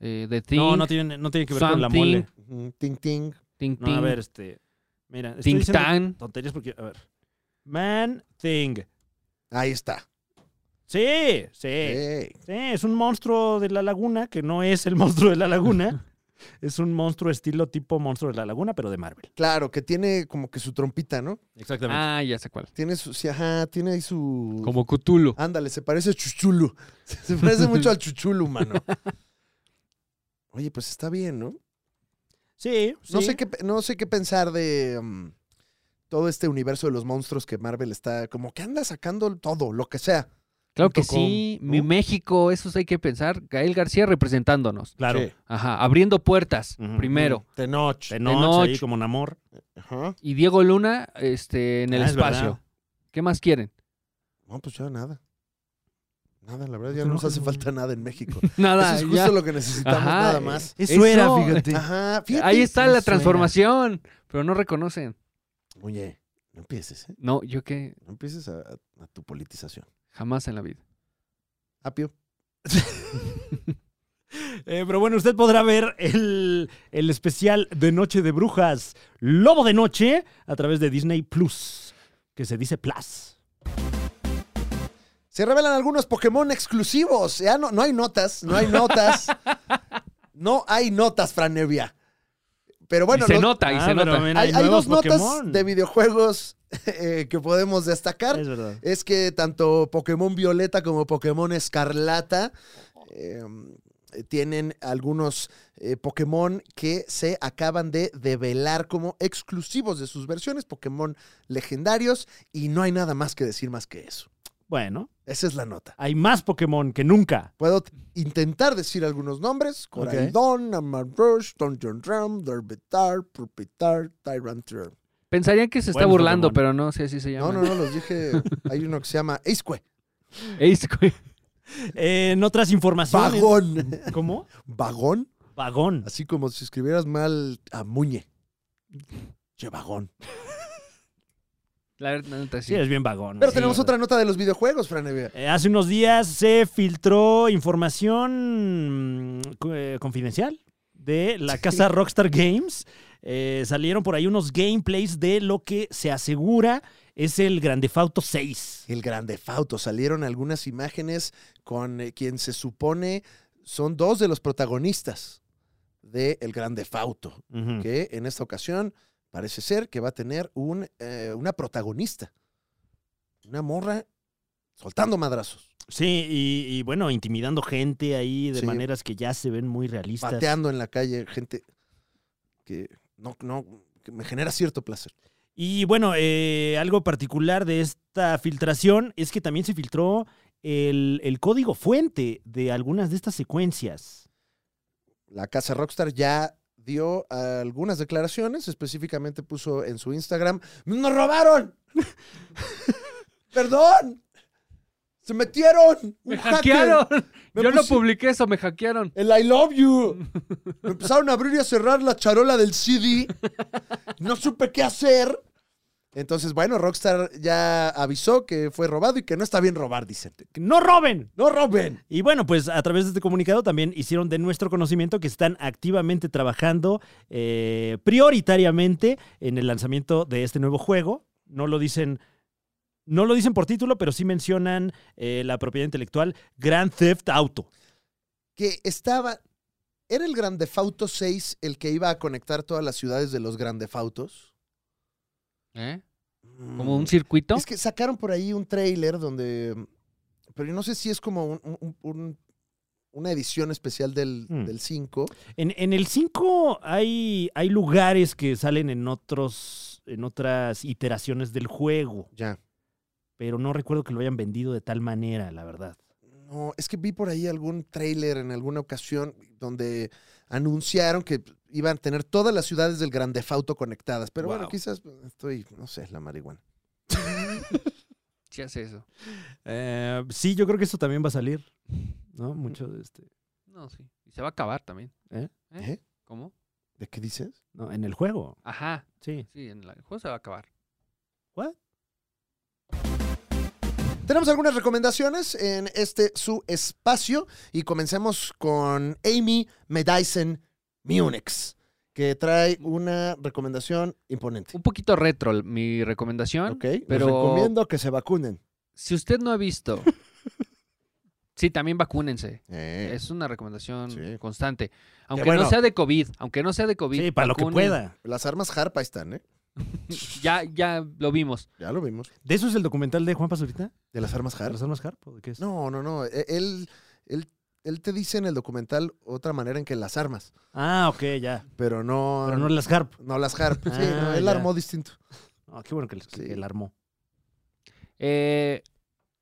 eh, The Think, no, no tiene, no tiene que ver con la something. mole. Ujú, Ting, ting. Think No, a Think, ver, este. Mira, estoy Think diciendo Tank. tonterías porque. A ver. Man Thing. Ahí está. Eh, Sí, sí, Ey. sí, es un monstruo de la laguna que no es el monstruo de la laguna. es un monstruo estilo tipo monstruo de la laguna, pero de Marvel. Claro, que tiene como que su trompita, ¿no? Exactamente. Ah, ya sé cuál. Tiene su, sí, ajá, tiene ahí su... Como Cthulhu. Ándale, se parece a Chuchulu. Se parece mucho al Chuchulu, mano. Oye, pues está bien, ¿no? Sí, No, sí. sé qué, pe- no sé qué pensar de mm, todo este universo de los monstruos que Marvel está como que anda sacando todo, lo que sea. Claro que punto com, sí, mi ¿no? México, eso sí hay que pensar. Gael García representándonos. Claro. Sí. Ajá, abriendo puertas Ujú. primero. Tenoch. De noche, Tenoch. ahí como Namor. Ajá. Y Diego Luna este, en el Ah, es espacio. verdad. ¿Qué más quieren? No, pues ya nada. Nada, la verdad, ya Pues te no nos enojes, hace güey. falta nada en México. Nada, Eso es ya. justo lo que necesitamos, Ajá, nada eh, más. Eso era, fíjate. Ajá, fíjate. Ahí está Me la suena. transformación, pero no reconocen. Oye, no empieces, ¿eh? No, yo que No empieces a, a- a tu politización. jamás en la vida. Apio. Eh, pero bueno, usted podrá ver el, el especial de Noche de Brujas, Lobo de Noche, a través de Disney Plus, que se dice Plus. Se revelan algunos Pokémon exclusivos. Ya no, no hay notas, no hay notas. no hay notas, Franevia. Pero bueno, y se los- nota, y Ah, se pero nota. ven, hay, hay nuevos dos Pokémon. notas de videojuegos eh, que podemos destacar. Es verdad. Es que tanto Pokémon Violeta como Pokémon Escarlata eh, tienen algunos eh, Pokémon que se acaban de develar como exclusivos de sus versiones, Pokémon legendarios, y no hay nada más que decir más que eso. Bueno, Esa es la nota. hay más Pokémon que nunca. Puedo t- intentar decir algunos nombres: Coraidon, Amarrush, Dungeon Ram, Derbitar, Purpitar, Tyrantrum. Pensarían que se está Buenos burlando, Pokémon. pero no sé si se No, llama. no, no, los dije. Hay uno que se llama Aisque. Ace Queen. Eh, en otras informaciones. Vagón. ¿Cómo? Vagón. Vagón. Así como si escribieras mal a Muñe. Che, vagón. La verdad, neta, sí. Sí, es bien vagón. Pero Sí, tenemos la otra nota de los videojuegos, Franevia. Eh, hace unos días se filtró información mm, co- eh, confidencial de la casa Rockstar Games. Eh, salieron por ahí unos gameplays de lo que se asegura es el Grande Fauto 6. El Grande Fauto. Salieron algunas imágenes con eh, quien se supone son dos de los protagonistas de El Grande Fauto. Ujú. Que en esta ocasión parece ser que va a tener un, eh, una protagonista. Una morra soltando madrazos, Sí, y, y bueno, intimidando gente ahí de Sí. maneras que ya se ven muy realistas. pateando en la calle gente que no, no, que me genera cierto placer. Y bueno, eh, algo particular de esta filtración es que también se filtró el, el código fuente de algunas de estas secuencias. la casa Rockstar ya dio algunas declaraciones, específicamente puso en su Instagram, ¡nos robaron! ¡Perdón! ¡Se metieron! ¡Un ¡Me hacker! hackearon! Me Yo no pusi- publiqué eso, me hackearon. El I love you. Me empezaron a abrir y a cerrar la charola del CD. No supe qué hacer. Entonces, bueno, Rockstar ya avisó que fue robado y que no está bien robar, dicen. ¡No roben! ¡No roben! Y bueno, pues a través de este comunicado también hicieron de nuestro conocimiento que están activamente trabajando eh, prioritariamente en el lanzamiento de este nuevo juego. No lo dicen. No lo dicen por título, pero sí mencionan eh, la propiedad intelectual Grand Theft Auto. que estaba. ¿Era el Grand Theft Auto 6 el que iba a conectar todas las ciudades de los Grand Theft Autos? ¿Eh? ¿Como un circuito? Mm. Es que sacaron por ahí un tráiler donde. Pero yo no sé si es como un- un- un- una edición especial del, Mm. del 5. En, en el 5 hay, hay lugares que salen en otros. en otras iteraciones del juego. Ya. Pero no recuerdo que lo hayan vendido de tal manera, la verdad. No, es que vi por ahí algún tráiler en alguna ocasión donde anunciaron que iban a tener todas las ciudades del Grand Theft Auto conectadas. Pero bueno, Wow. quizás estoy, no sé, la marihuana. Sí hace eso. Eh, sí, yo creo que eso también va a salir. ¿No? Mucho de este. No, sí. Y se va a acabar también. ¿Eh? ¿Eh? ¿Cómo? ¿De qué dices? No, en el juego. Ajá. Sí. Sí, en la- el juego se va a acabar. Tenemos algunas recomendaciones en este su espacio y comencemos con Amy Medyson Munix, que trae una recomendación imponente. Un poquito retro mi recomendación. Ok, les pero- recomiendo que se vacunen. si usted no ha visto, sí, también vacúnense. Eh, Es una recomendación Sí. constante. Aunque bueno. no sea de COVID, aunque no sea de COVID. Sí, para lo que vacunen. pueda. Las armas Harp ahí están, ¿eh? Ya, ya lo vimos. Ya lo vimos. ¿De eso es el documental de Juan Pazurita? ¿De las armas ¿De Harp? las armas Harpo? ¿De qué es? No, no, no. e- Él, él, él te dice en el documental otra manera en que las armas, Ah, ok, ya. pero no, Pero no no, las Harp. las Harp. Sí, Ah, no, él ya. armó distinto. Ah, qué bueno que, les- que Sí. la armó. Eh,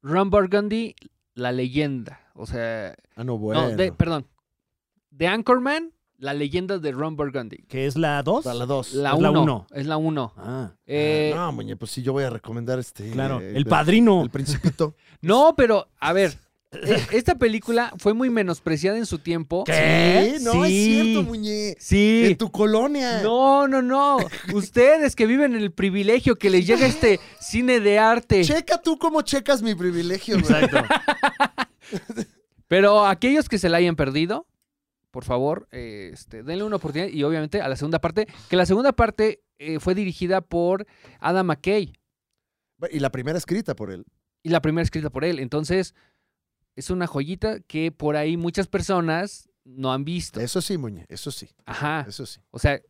Ron Burgundy, la leyenda. O sea, Ah, no, no, de- perdón. De Anchorman, la leyenda de Ron Burgundy. ¿Que es la 2? Para la 2. La Es la 1. uno. Es la 1. Ah, Eh, no, muñe, pues sí, yo voy a recomendar este. claro. eh, el padrino. El Principito. No, pero a ver, e- esta película fue muy menospreciada en su tiempo. ¿Qué? Sí, no, Sí. es cierto, muñe. Sí. En tu colonia. No, no, no. Ustedes que viven en el privilegio que les llega este cine de arte. Checa tú cómo checas mi privilegio, güey. Exacto. Pero aquellos que se la hayan perdido, por favor, eh, este, denle una oportunidad y obviamente a la segunda parte, que la segunda parte eh, fue dirigida por Adam McKay Y la primera escrita por él. y la primera escrita por él. Entonces, es una joyita que por ahí muchas personas no han visto. Eso sí, muñe, eso sí, Ajá. eso sí. O sea,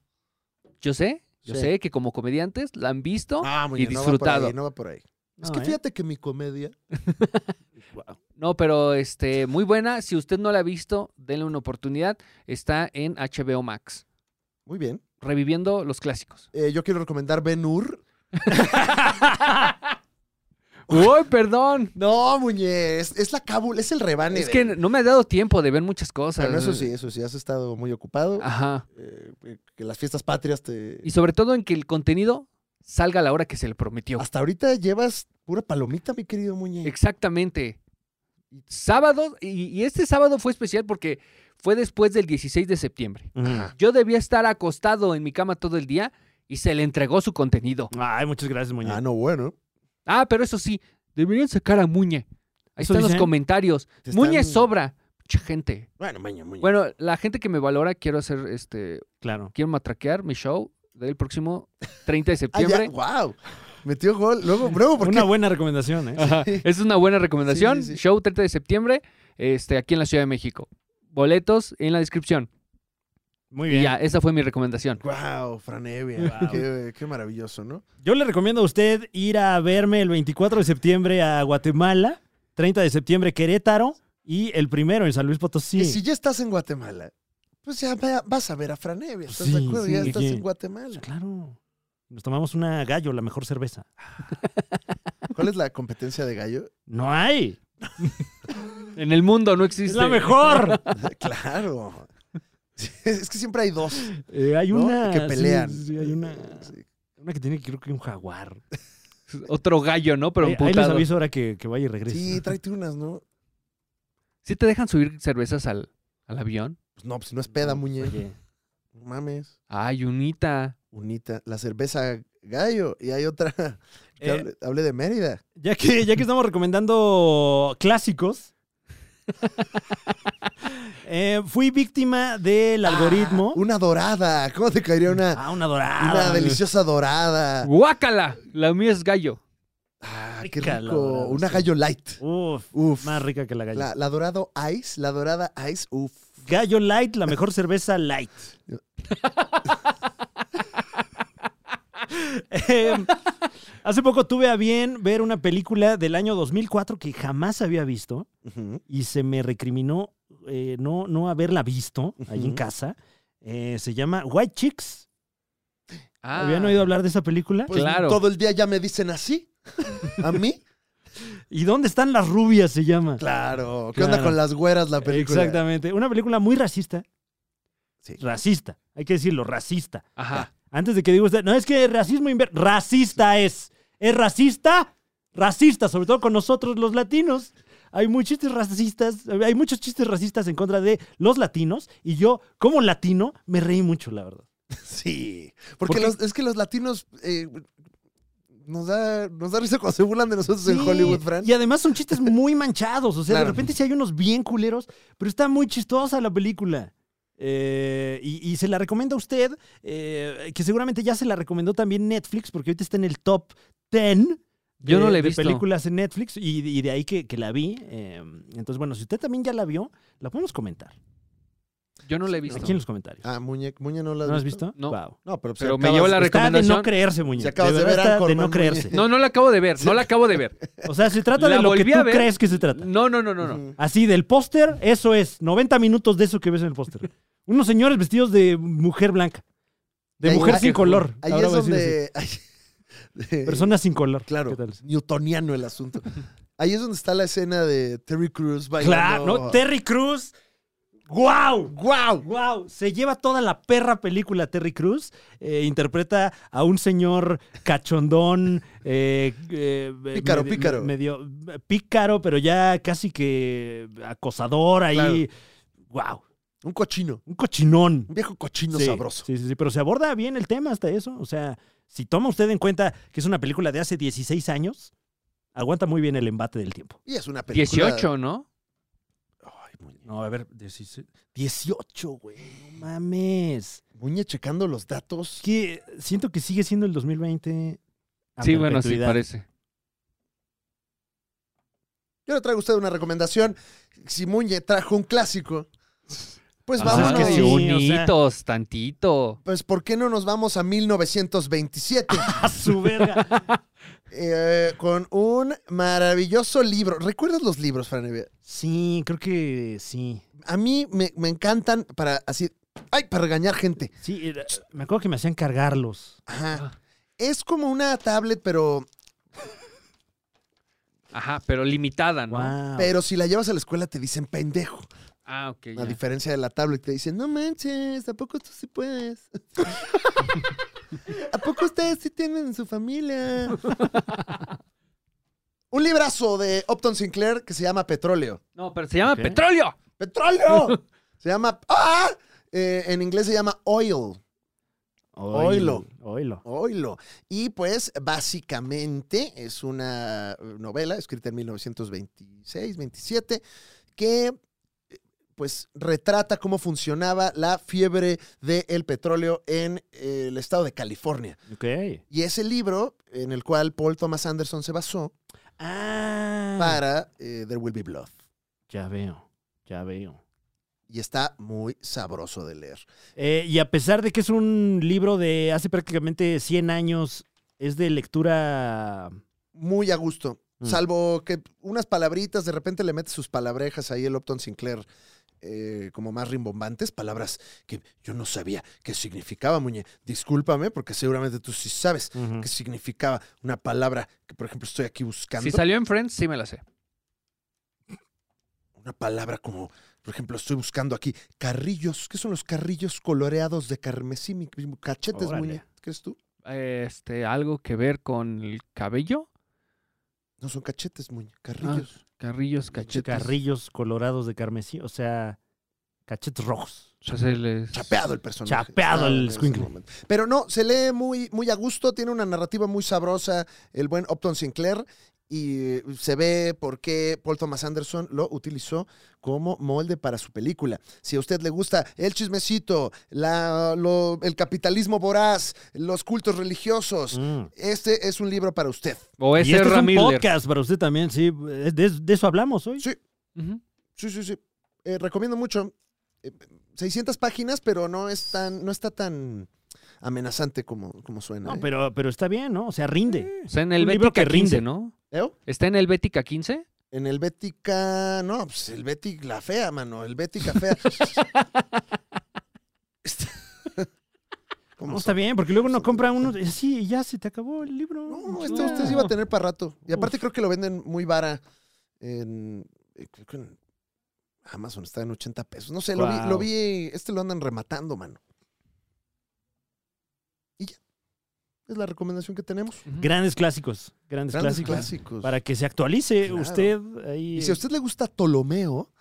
yo sé, yo Sí. sé que como comediantes la han visto. Ah, Oh. y disfrutado. No va por ahí. no va por ahí. es No, que ¿eh? fíjate que mi comedia. No, pero este, muy buena. Si usted no la ha visto, denle una oportunidad. Está en HBO Max, Muy bien. reviviendo los clásicos. Eh, yo quiero recomendar Ben Hur. ¡Uy, perdón! No, muñe, es, es la cábula, es el rebane. Es de- que no me ha dado tiempo de ver muchas cosas. Bueno, eso sí, eso sí, has estado muy ocupado. Ajá. Eh, que las fiestas patrias te. Ah. Y sobre todo en que el contenido salga a la hora que se le prometió. Hasta ahorita llevas pura palomita, mi querido muñe. Exactamente. Sábado, y, y este sábado fue especial porque fue después del 16 de septiembre. Ajá. Yo debía estar acostado en mi cama todo el día y se le entregó su contenido. Ay, muchas gracias, Ah, Muñe. no, bueno. Ah, pero eso sí, deberían sacar a Muñe. Ahí ¿Eso están los dicen? comentarios. Te Muñe están- sobra. Mucha gente. Bueno, muñe, muñe. Bueno, la gente que me valora, quiero hacer este. Claro. Quiero matraquear mi show del próximo 30 ah, de ya, septiembre. wow. Metió gol. Luego, luego, ¿por qué? Una buena recomendación, ¿eh? Ajá, Es una buena Sí, recomendación. sí, sí. Show 30 de septiembre, este, aquí en la Ciudad de México. Boletos en la descripción. Muy Y bien. ya, esa fue mi recomendación. Wow, Franevia. Guau. Qué, qué maravilloso, ¿no? Yo le recomiendo a usted ir a verme el 24 de septiembre a Guatemala, 30 de septiembre Querétaro y el primero en San Luis Potosí. Y si ya estás en Guatemala, pues ya va- vas a ver a Franevia. ¿Estás Sí, de acuerdo? sí, ya estás sí. en Guatemala. Claro. Nos tomamos una gallo, la mejor cerveza. ¿Cuál es la competencia de gallo? No hay. En el mundo no Es existe. la mejor. claro. Sí, Es que siempre hay dos. Eh, hay ¿no? una que sí, pelean. sí, sí, hay una, Sí. una que tiene creo que un jaguar. Otro gallo, ¿no? Pero Eh, ahí les amputado. aviso ahora que, que vaya y regrese. Sí, tráete unas, ¿no? ¿Sí te dejan subir cervezas al, al avión? Pues no, pues no es peda, muñe. Oye, No mames. Ay, unita. Unita. La cerveza gallo. Y hay otra. que Eh. hable, hable de Mérida. ya que ya que estamos recomendando clásicos. eh, fui víctima del algoritmo. Ah, Una dorada. ¿Cómo te caería una, Ah, una dorada. una deliciosa Ah. dorada? ¡Guácala! La mía es gallo. Ah, qué Rica la rico. dorada, Una sí. gallo light. Uf, Uf. más rica que la gallo. La, la dorado ice, la dorada ice, uf. Gallo Light, la mejor cerveza light. Em, hace poco tuve a bien ver una película del año 2004 que jamás había visto y se me recriminó eh, no, no haberla visto ahí en Ujú. casa. Eh, se llama White Chicks. Ah, ¿Habían oído hablar de esa película? Pues, Claro. Todo el día ya me dicen así. ¿A mí? ¿Y dónde están las rubias? Se llama. Claro. ¿Qué Claro. onda con las güeras la película? Exactamente. Una película muy racista. Sí. Racista. Hay que decirlo, racista. Ajá. Antes de que diga usted, no es que racismo inver- racista es. ¿Es racista? Racista, sobre todo con nosotros los latinos. Hay muchos chistes racistas, hay muchos chistes racistas en contra de los latinos y yo como latino me reí mucho, la verdad. Sí. Porque ¿Por qué? los- es que los latinos eh, nos, da, nos da risa cuando se burlan de nosotros en Sí, Hollywood, Fran. Y además son chistes muy manchados, o sea, de Claro. repente sí hay unos bien culeros, pero está muy chistosa la película. Eh, y, y se la recomiendo a usted, eh, que seguramente ya se la recomendó también Netflix, porque ahorita está en el top 10 Yo no de- la he de visto. películas en Netflix y, y de ahí que, que la vi. eh, entonces, bueno, si usted también ya la vio, la podemos comentar. Yo no la he visto. Aquí en los comentarios. Ah, Muñe, Muñe no la has ¿No has visto. visto? No. Wow. No, pero, pues, Pero si me acabas- llevo la Está de recomendación. no creerse, Muñe. Si acabas de verdad ver está de Anchorman, no Muñe. creerse. No, no la acabo de ver, no la acabo de ver. O sea, se trata La de lo que volví tú a ver. crees que se trata. No, no, no, no, no. Ujú. Así, del póster, eso es. 90 minutos de eso que ves en el póster. Unos señores vestidos de mujer blanca. De Ahí- mujer ahí- sin color. Ahí Ahora es voy a decir donde. ahí- así. Personas sin color. Claro, ¿Qué tal? newtoniano el asunto. Ahí es donde está la escena de Terry Crews Claro, bailando. ¿no? Terry Cruz. ¡Guau! ¡Guau! ¡Guau! Se lleva toda la perra película Terry Cruz. interpreta a un señor cachondón. eh, eh, eh, Pícaro, medi- pícaro. me- Medio pícaro, pero ya casi que acosador ahí. ¡Guau! Un cochino. Un cochinón. Un viejo cochino Sí, sabroso. Sí, sí, sí, pero se aborda bien el tema hasta eso. O sea, si toma usted en cuenta que es una película de hace 16 años, aguanta muy bien el embate del tiempo. Y es una película. 18, ¿no? No, a ver, 16 18, güey. No mames. Muñe checando los datos. Es que siento que sigue siendo el 2020. a Sí, bueno, sí Ah, perpetuidad. parece. Yo le traigo a usted una recomendación. Si Muñe trajo un clásico, pues Ah, vamos Ah, es a que que sí, o sea. unitos, tantito. Pues, ¿por qué no nos vamos a 1927? A su verga. Eh, con un maravilloso libro. ¿Recuerdas los libros, Franevia? Sí, creo que sí. A mí me, me encantan para así. ¡Ay! Para regañar gente. Sí, era- me acuerdo que me hacían cargarlos. Ajá. Es como una tablet, pero, Ajá, pero limitada, ¿no? Wow. pero si la llevas a la escuela te dicen pendejo. Ah, ok. A ya. diferencia de la tablet, te dicen, no manches, ¿a poco tú sí puedes? ¿A poco ustedes sí tienen en su familia? Un librazo de Upton Sinclair que se llama Petróleo. No, pero se llama Ok. petróleo. ¡Petróleo! Se llama... ¡Ah! Eh, en inglés se llama Oil. Oilo. Oilo. Oilo. Y pues básicamente es una eh, novela escrita en 1926, 27, que eh, pues retrata cómo funcionaba la fiebre del petróleo en eh, el estado de California. Ok. Y es el libro en el cual Paul Thomas Anderson se basó Ah. para eh, There Will Be Blood. Ya veo. Ya veo. Y está muy sabroso de leer. Eh, y a pesar de que es un libro de hace prácticamente 100 años, es de lectura... Muy a gusto. Mm. Salvo que unas palabritas, de repente le mete sus palabrejas ahí el Upton Sinclair, eh, como más rimbombantes, palabras que yo no sabía que significaba, Muñe. Discúlpame, porque seguramente tú sí sabes Mm. qué significaba una palabra que, por ejemplo, estoy aquí buscando. Si salió en Friends, sí me la sé. una palabra como, por ejemplo, estoy buscando aquí carrillos. ¿Qué son los carrillos coloreados de carmesí? mi- mi- Cachetes, Órale. Muñe. ¿Crees tú? Este, algo que ver con el cabello. No son cachetes, Muñe. Carrillos. Carrillos, cachetes. Carrillos colorados de carmesí, o sea, cachetes rojos. O sea, se les- Chapeado el personaje. Chapeado el en ese escuincle. momento. Pero no, se lee muy, muy a gusto, tiene una narrativa muy sabrosa el buen Upton Sinclair y eh, se ve por qué Paul Thomas Anderson lo utilizó como molde para su película. Si a usted le gusta el chismecito, la- lo- el capitalismo voraz, los cultos religiosos, Mm. este es un libro para usted. O Y ese este es un Ramírez. podcast para usted también, sí. De, de eso hablamos hoy. Sí. Sí, sí, sí. Eh, recomiendo mucho. Eh, 600 páginas, pero no, es tan, no está tan amenazante como, como suena. No, ¿eh? pero, pero está bien, ¿no? O sea, rinde. Está en el Un libro Bética que rinde. 15, ¿no? ¿Eo? ¿Está en el Bética 15? En el Bética, no, pues el Betic la fea, mano, el Bética fea. Está- ¿Cómo No, son? está bien, porque luego uno compra uno. eh, Sí, y ya se te acabó el libro. No, esto este usted sí iba a tener para rato. Y aparte creo que lo venden muy vara en, eh, creo que en Amazon está en 80 pesos. No sé, lo vi, lo Guau. vi, este lo andan rematando, mano. Y ya. Es la recomendación que tenemos. Grandes clásicos. Grandes, Grandes clásicos. clásicos. Para que se actualice Claro. usted ahí. Y si a usted le gusta Ptolomeo,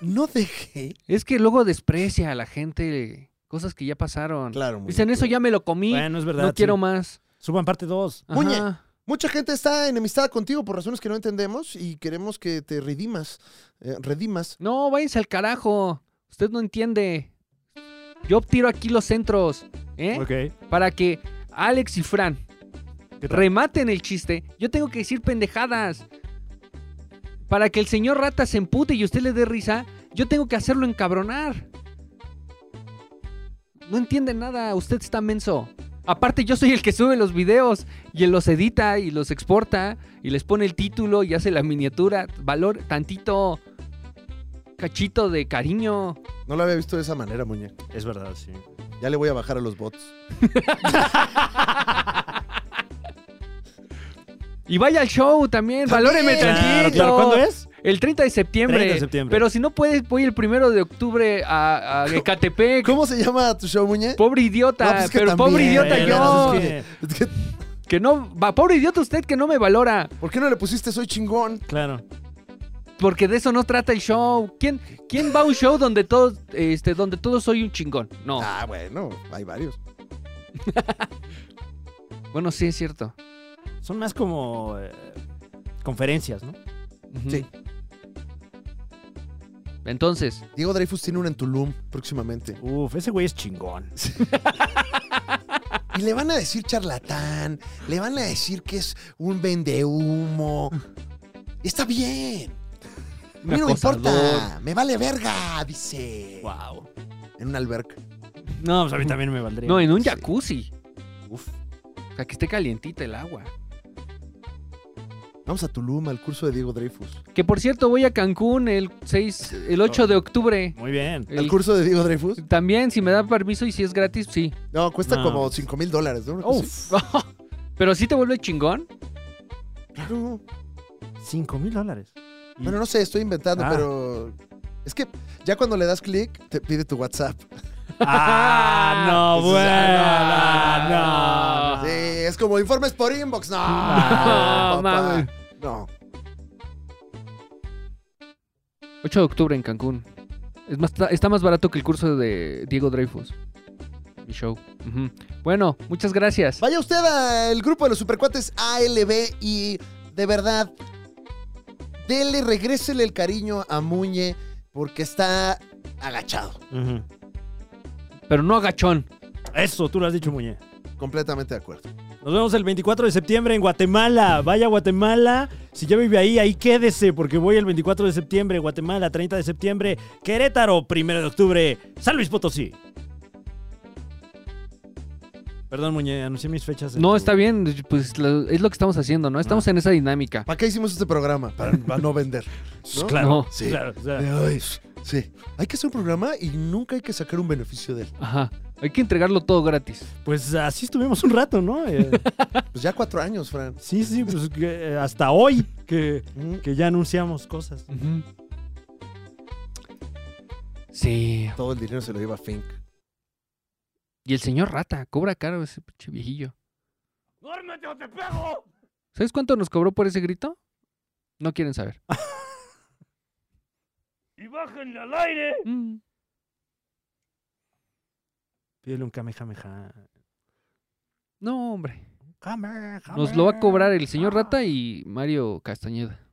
no deje. Es que luego desprecia a la gente cosas que ya pasaron. Claro, muy Dicen, bien, eso claro. ya me lo comí, Bueno, es verdad. no sí. quiero más. Suban parte 2. Ajá. Muñe. Mucha gente está enemistada contigo por razones que no entendemos y queremos que te redimas. eh, redimas. No, váyanse al carajo. Usted no entiende. Yo tiro aquí los centros, ¿eh? Ok. Para que Alex y Fran, rematen el chiste. Yo tengo que decir pendejadas. Para que el señor rata se empute y usted le dé risa, yo tengo que hacerlo encabronar. No entiende nada, usted está menso. Aparte, yo soy el que sube los videos y él los edita y los exporta y les pone el título y hace la miniatura. Valor, tantito cachito de cariño. No lo había visto de esa manera, Muñe. Es verdad, sí. Ya le voy a bajar a los bots. Y vaya al show también, valóreme Claro, tantito. ¿Cuándo es? El 30 de septiembre. 30 de septiembre. Pero si no puedes, voy el primero de octubre a, a Ecatepec. ¿Cómo se llama tu show, Muñe? Pobre idiota, No, pues que pero también, pobre idiota güey, yo. no, pues que... que- Es que, no, va, pobre idiota usted que no me valora. ¿Por qué no le pusiste soy chingón? Claro. Porque de eso no trata el show. ¿Quién, quién va a un show donde todos, este, donde todos soy un chingón? No. Ah, bueno, hay varios. Bueno, sí es cierto. Son más como eh, conferencias, ¿no? Ujú. Sí. Entonces, Diego Dreyfus tiene una en Tulum próximamente. Uf, ese güey es chingón. Y le van a decir charlatán, le van a decir que es un vendehumo. Está bien. A mí Un no me importa. acosador. Me vale verga, dice. Wow. En un alberca. No, pues a mí también me valdría. no, en un Sí. jacuzzi. Uf. O sea, que esté calientita el agua. Vamos a Tulum al curso de Diego Dreyfus. Que por cierto, voy a Cancún el 6, el 8 de octubre. Muy bien. ¿Al El- curso de Diego Dreyfus? También, si me da permiso y si es gratis, sí. No, cuesta No. como 5 mil dólares, ¿no? Una cosa así. Uf, Pero sí te vuelve chingón. Claro. 5 mil dólares. Y- Bueno, no sé, estoy inventando, Ah. pero. Es que ya cuando le das clic, te pide tu WhatsApp. Ah, no, Eso es- "Ah, bueno, no. Sí, es como informes por inbox. No, Ah, papá. mames. No. 8 de octubre en Cancún. Es más, está más barato que el curso de Diego Dreyfus. Mi show. Ujú. Bueno, muchas gracias. Vaya usted al grupo de los supercuates ALB y de verdad, dele, regrésele el cariño a Muñe porque está agachado, Ujú. Pero no agachón. Eso, tú lo has dicho, Muñe. completamente de acuerdo. Nos vemos el 24 de septiembre en Guatemala. Vaya a Guatemala. Si ya vive ahí, ahí quédese porque voy el 24 de septiembre. Guatemala, 30 de septiembre. Querétaro, 1 de octubre. San Luis Potosí. Perdón, Muñe, anuncié mis fechas. en No, tu- está bien. Pues lo- es lo que estamos haciendo, ¿no? Estamos en esa dinámica. ¿Para qué hicimos este programa? Para, para no vender. ¿no? Pues Claro, No. Sí. claro. o sea, Ay, sí. Hay que hacer un programa y nunca hay que sacar un beneficio de él. Ajá. Hay que entregarlo todo gratis. pues así estuvimos un rato, ¿no? Eh, Pues ya cuatro años, Fran. sí, sí, pues que, eh, hasta hoy que, Mm. que ya anunciamos cosas. Ujú. Sí. Todo el dinero se lo lleva a Fink. Y el señor Rata cobra caro ese pinche viejillo. ¿Sabes cuánto nos cobró por ese grito? No quieren saber. ¡Y bájenle al aire! Mm. Pídele un kamehameha. No, hombre. Kamehameha. Ah, Nos lo va a cobrar el señor Rata y Mario Castañeda.